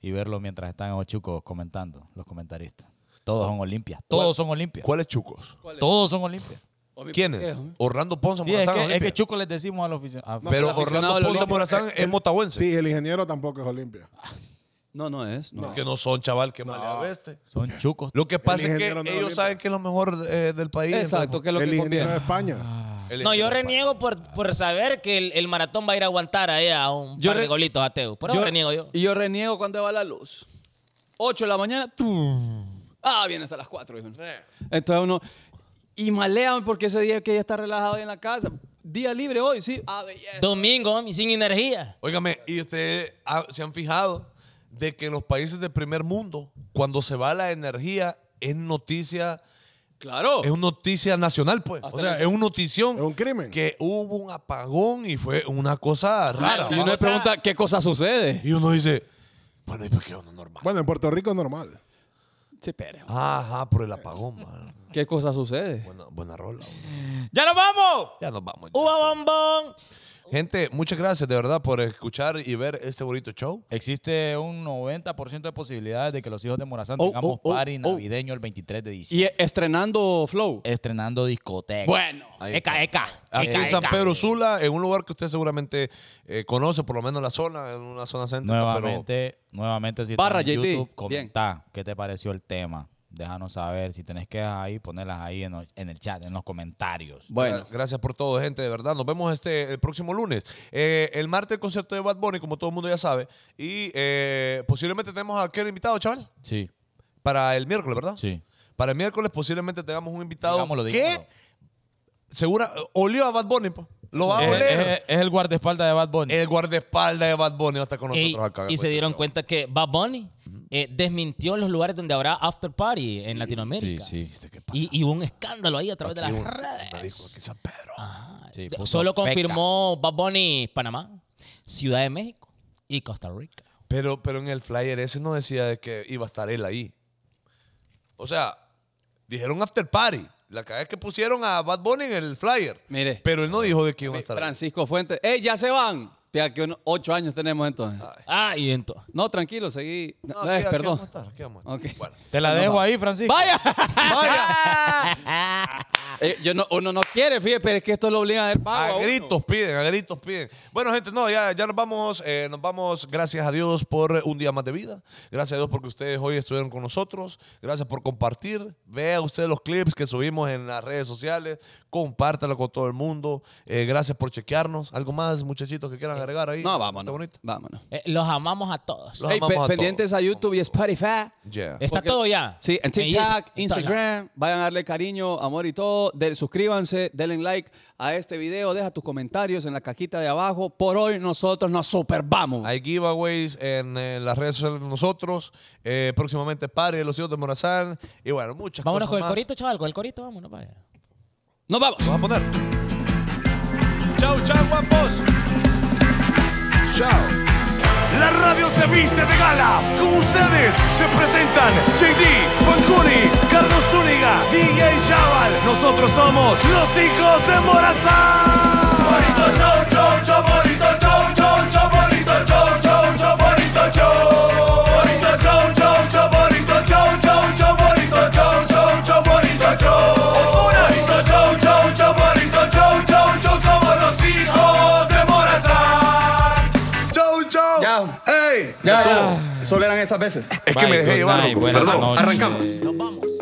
B: y verlo mientras están en Ochuco comentando, los comentaristas. Todos son Olimpias, todos son Olimpias,
D: ¿Cuáles chucos?
B: todos son Olimpias.
D: ¿Quiénes? Orlando Ponza
B: Sí, es
D: Morazán.
B: que, es
D: Olimpia.
B: que Chuco les decimos a los aficionados.
D: pero
C: pero aficionado
D: Orlando
C: al
D: Ponza
C: Olimpia.
D: Morazán es motahuense.
E: Sí, el ingeniero tampoco es Olimpia.
C: Ah, no, no es. No.
D: Que no son, chaval, que maleado este.
B: son Chucos.
D: Lo que pasa es que
E: ingeniero no
D: ellos
E: Olimpia.
D: saben que es lo mejor eh, del país.
C: Exacto, que es lo
E: el
C: que Ah.
E: ingeniero de
C: conviene.
E: España.
D: entonces, el
A: No, yo
D: ingeniero
A: reniego por, por saber que el, el maratón va a ir a aguantar ahí a un
C: Yo
A: par de
C: re-
A: golitos a Teu. Por eso reniego yo.
C: Y yo reniego cuando va la luz. 8 de la mañana. ¡tum! Ah, viene hasta las 4. Hijo. Entonces uno. Y malean porque ese día que ella está relajado ahí en la casa. Día libre hoy, sí. Ah, belleza.
A: Domingo, y sin energía.
D: Óigame, ¿y ustedes ha- se han fijado de que en los países del primer mundo, cuando se va la energía, es noticia,
C: Claro.
D: es una noticia nacional, pues?
C: Hasta
D: o sea,
C: en-
D: es una notición.
E: Es un crimen.
D: Que hubo un apagón y fue una cosa rara.
C: Y
D: ¿va?
C: uno le
A: o sea-
C: pregunta qué cosa sucede.
D: Y uno dice, bueno, ¿y por qué uno normal?
E: Bueno, en Puerto Rico es normal.
C: Sí, pero.
D: Ajá, por el apagón, mano.
C: ¿Qué cosa sucede?
D: Buena, buena rola. bueno.
B: ¡Ya nos vamos!
D: Ya nos vamos. ya.
A: Uva bombón.
D: Gente, muchas gracias de verdad por escuchar y ver este bonito show.
B: Existe un 90% de posibilidades de que los hijos de Morazán
C: Oh,
B: tengamos
C: oh, oh,
B: party
C: oh.
B: navideño el 23 de diciembre.
C: Y e- estrenando Flow.
B: Estrenando discoteca.
C: Bueno.
D: Ahí está.
A: Eca, eca.
D: Aquí
A: eca,
D: en San
A: eca.
D: Pedro Sula, en un lugar que usted seguramente eh, conoce, por lo menos la zona, en una zona céntrica. Pero
B: Nuevamente, nuevamente, si
C: Barra
B: estás en
C: JT,
B: YouTube,
C: bien.
B: comenta qué te pareció el tema. Déjanos saber. Si tenés quejas ahí, ponelas ahí en, los- en el chat, en los comentarios.
C: Bueno.
D: Gra- Gracias por todo, gente, de verdad. Nos vemos este el próximo lunes. Eh, el martes el concierto de Bad Bunny, como todo el mundo ya sabe. Y eh, posiblemente tenemos a aquel invitado, chaval,
B: Sí,
D: para el miércoles, ¿verdad?
B: sí.
D: Para el miércoles posiblemente tengamos un invitado
B: Digámoslo,
D: que
B: digámoslo.
D: segura olió a Bad Bunny, po. lo va a Eh,
B: Es,
D: oler.
B: es- es el guardaespaldas de Bad Bunny.
D: el guardaespaldas de Bad Bunny va a estar con
A: Ey,
D: nosotros acá. en
A: y
D: el
A: se dieron
D: show.
A: cuenta que Bad Bunny eh, desmintió los lugares donde habrá after party en
B: sí,
A: Latinoamérica.
B: sí.
A: Y, y hubo un escándalo ahí a través
D: Aquí
A: de
D: un-
A: las redes.
D: una disco aquí en San Pedro.
A: Ah.
B: Sí,
A: De-
B: puso
A: Solo
B: feca.
A: confirmó Bad Bunny Panamá, Ciudad de México y Costa Rica.
D: Pero, pero en el flyer ese no decía de que iba a estar él ahí. O sea, dijeron after party. La cagada es que pusieron a Bad Bunny en el flyer.
C: Mire.
D: Pero él no dijo de que iba a estar ahí.
C: Francisco Fuentes. ¡Ey, ya se van! Fíjate que uno- ocho años tenemos entonces.
A: Ah, y entonces.
C: No, tranquilo, seguí.
D: No,
C: No,
D: aquí-
C: eh,
D: aquí
C: perdón.
D: vamos a estar, aquí vamos a estar.
C: Ok.
D: Bueno.
B: Te la dejo ahí, Francisco.
C: ¡Vaya! ¡Vaya! Eh, yo no, uno no quiere, fíjate, pero es que esto lo obliga a dar pago.
D: A
C: Ah, uno.
D: gritos piden, a gritos piden. Bueno, gente, no, ya, ya nos vamos, eh, nos vamos, gracias a Dios por un día más de vida. Gracias a Dios porque ustedes hoy estuvieron con nosotros. Gracias por compartir. Vea usted los clips que subimos en las redes sociales. Compártalo con todo el mundo. Eh, gracias por chequearnos. ¿Algo más, muchachitos, que quieran agregar ahí?
C: Eh, No,
D: Está
C: vámonos.
D: bonito.
C: Vámonos.
A: Eh, los amamos a todos.
D: Los
C: Ey,
D: amamos
C: pe-
D: a
C: pendientes Este
D: todos.
C: a YouTube y Spotify.
D: Yeah.
A: Está
C: Porque-
A: todo ya.
C: Sí, en
A: Eh,
C: TikTok,
A: y- está-
C: Instagram. Vayan a darle cariño, amor y todo. Del- suscríbanse, denle like a este video. Deja tus comentarios en la cajita de abajo. Por hoy nosotros nos super vamos.
D: Hay giveaways en, eh, las redes sociales de nosotros. Eh, próximamente, Padre de los Hijos de Morazán. Y bueno, muchas
A: Vámonos con el
D: cosas más.
A: corito, chaval, con el corito, vámonos para allá.
C: Nos vamos.
D: Vamos a poner. Chau, chau, guapos. Chao.
F: La radio se viste de gala. Con ustedes se presentan JD, Fancuni, Carlos Zúñiga, DJ Chaval. Nosotros somos los hijos de Morazán. Bonito show, show, show, bonito show, show, show, bonito show, show, show, bonito show. Bonito show, show, show, bonito show, show, show, bonito show, show, show, bonito show. Bonito show, show, show, bonito show, show, show, somos los hijos de Morazán. Chau, chau.
G: Ya.
F: ¡Ey!
G: Ya, ya. Solo eran esas veces.
F: Es que me dejé
B: Bye, good
F: llevar,
B: night,
F: loco.
B: buenas
F: Perdón,
B: noches.
F: arrancamos.
G: Nos vamos.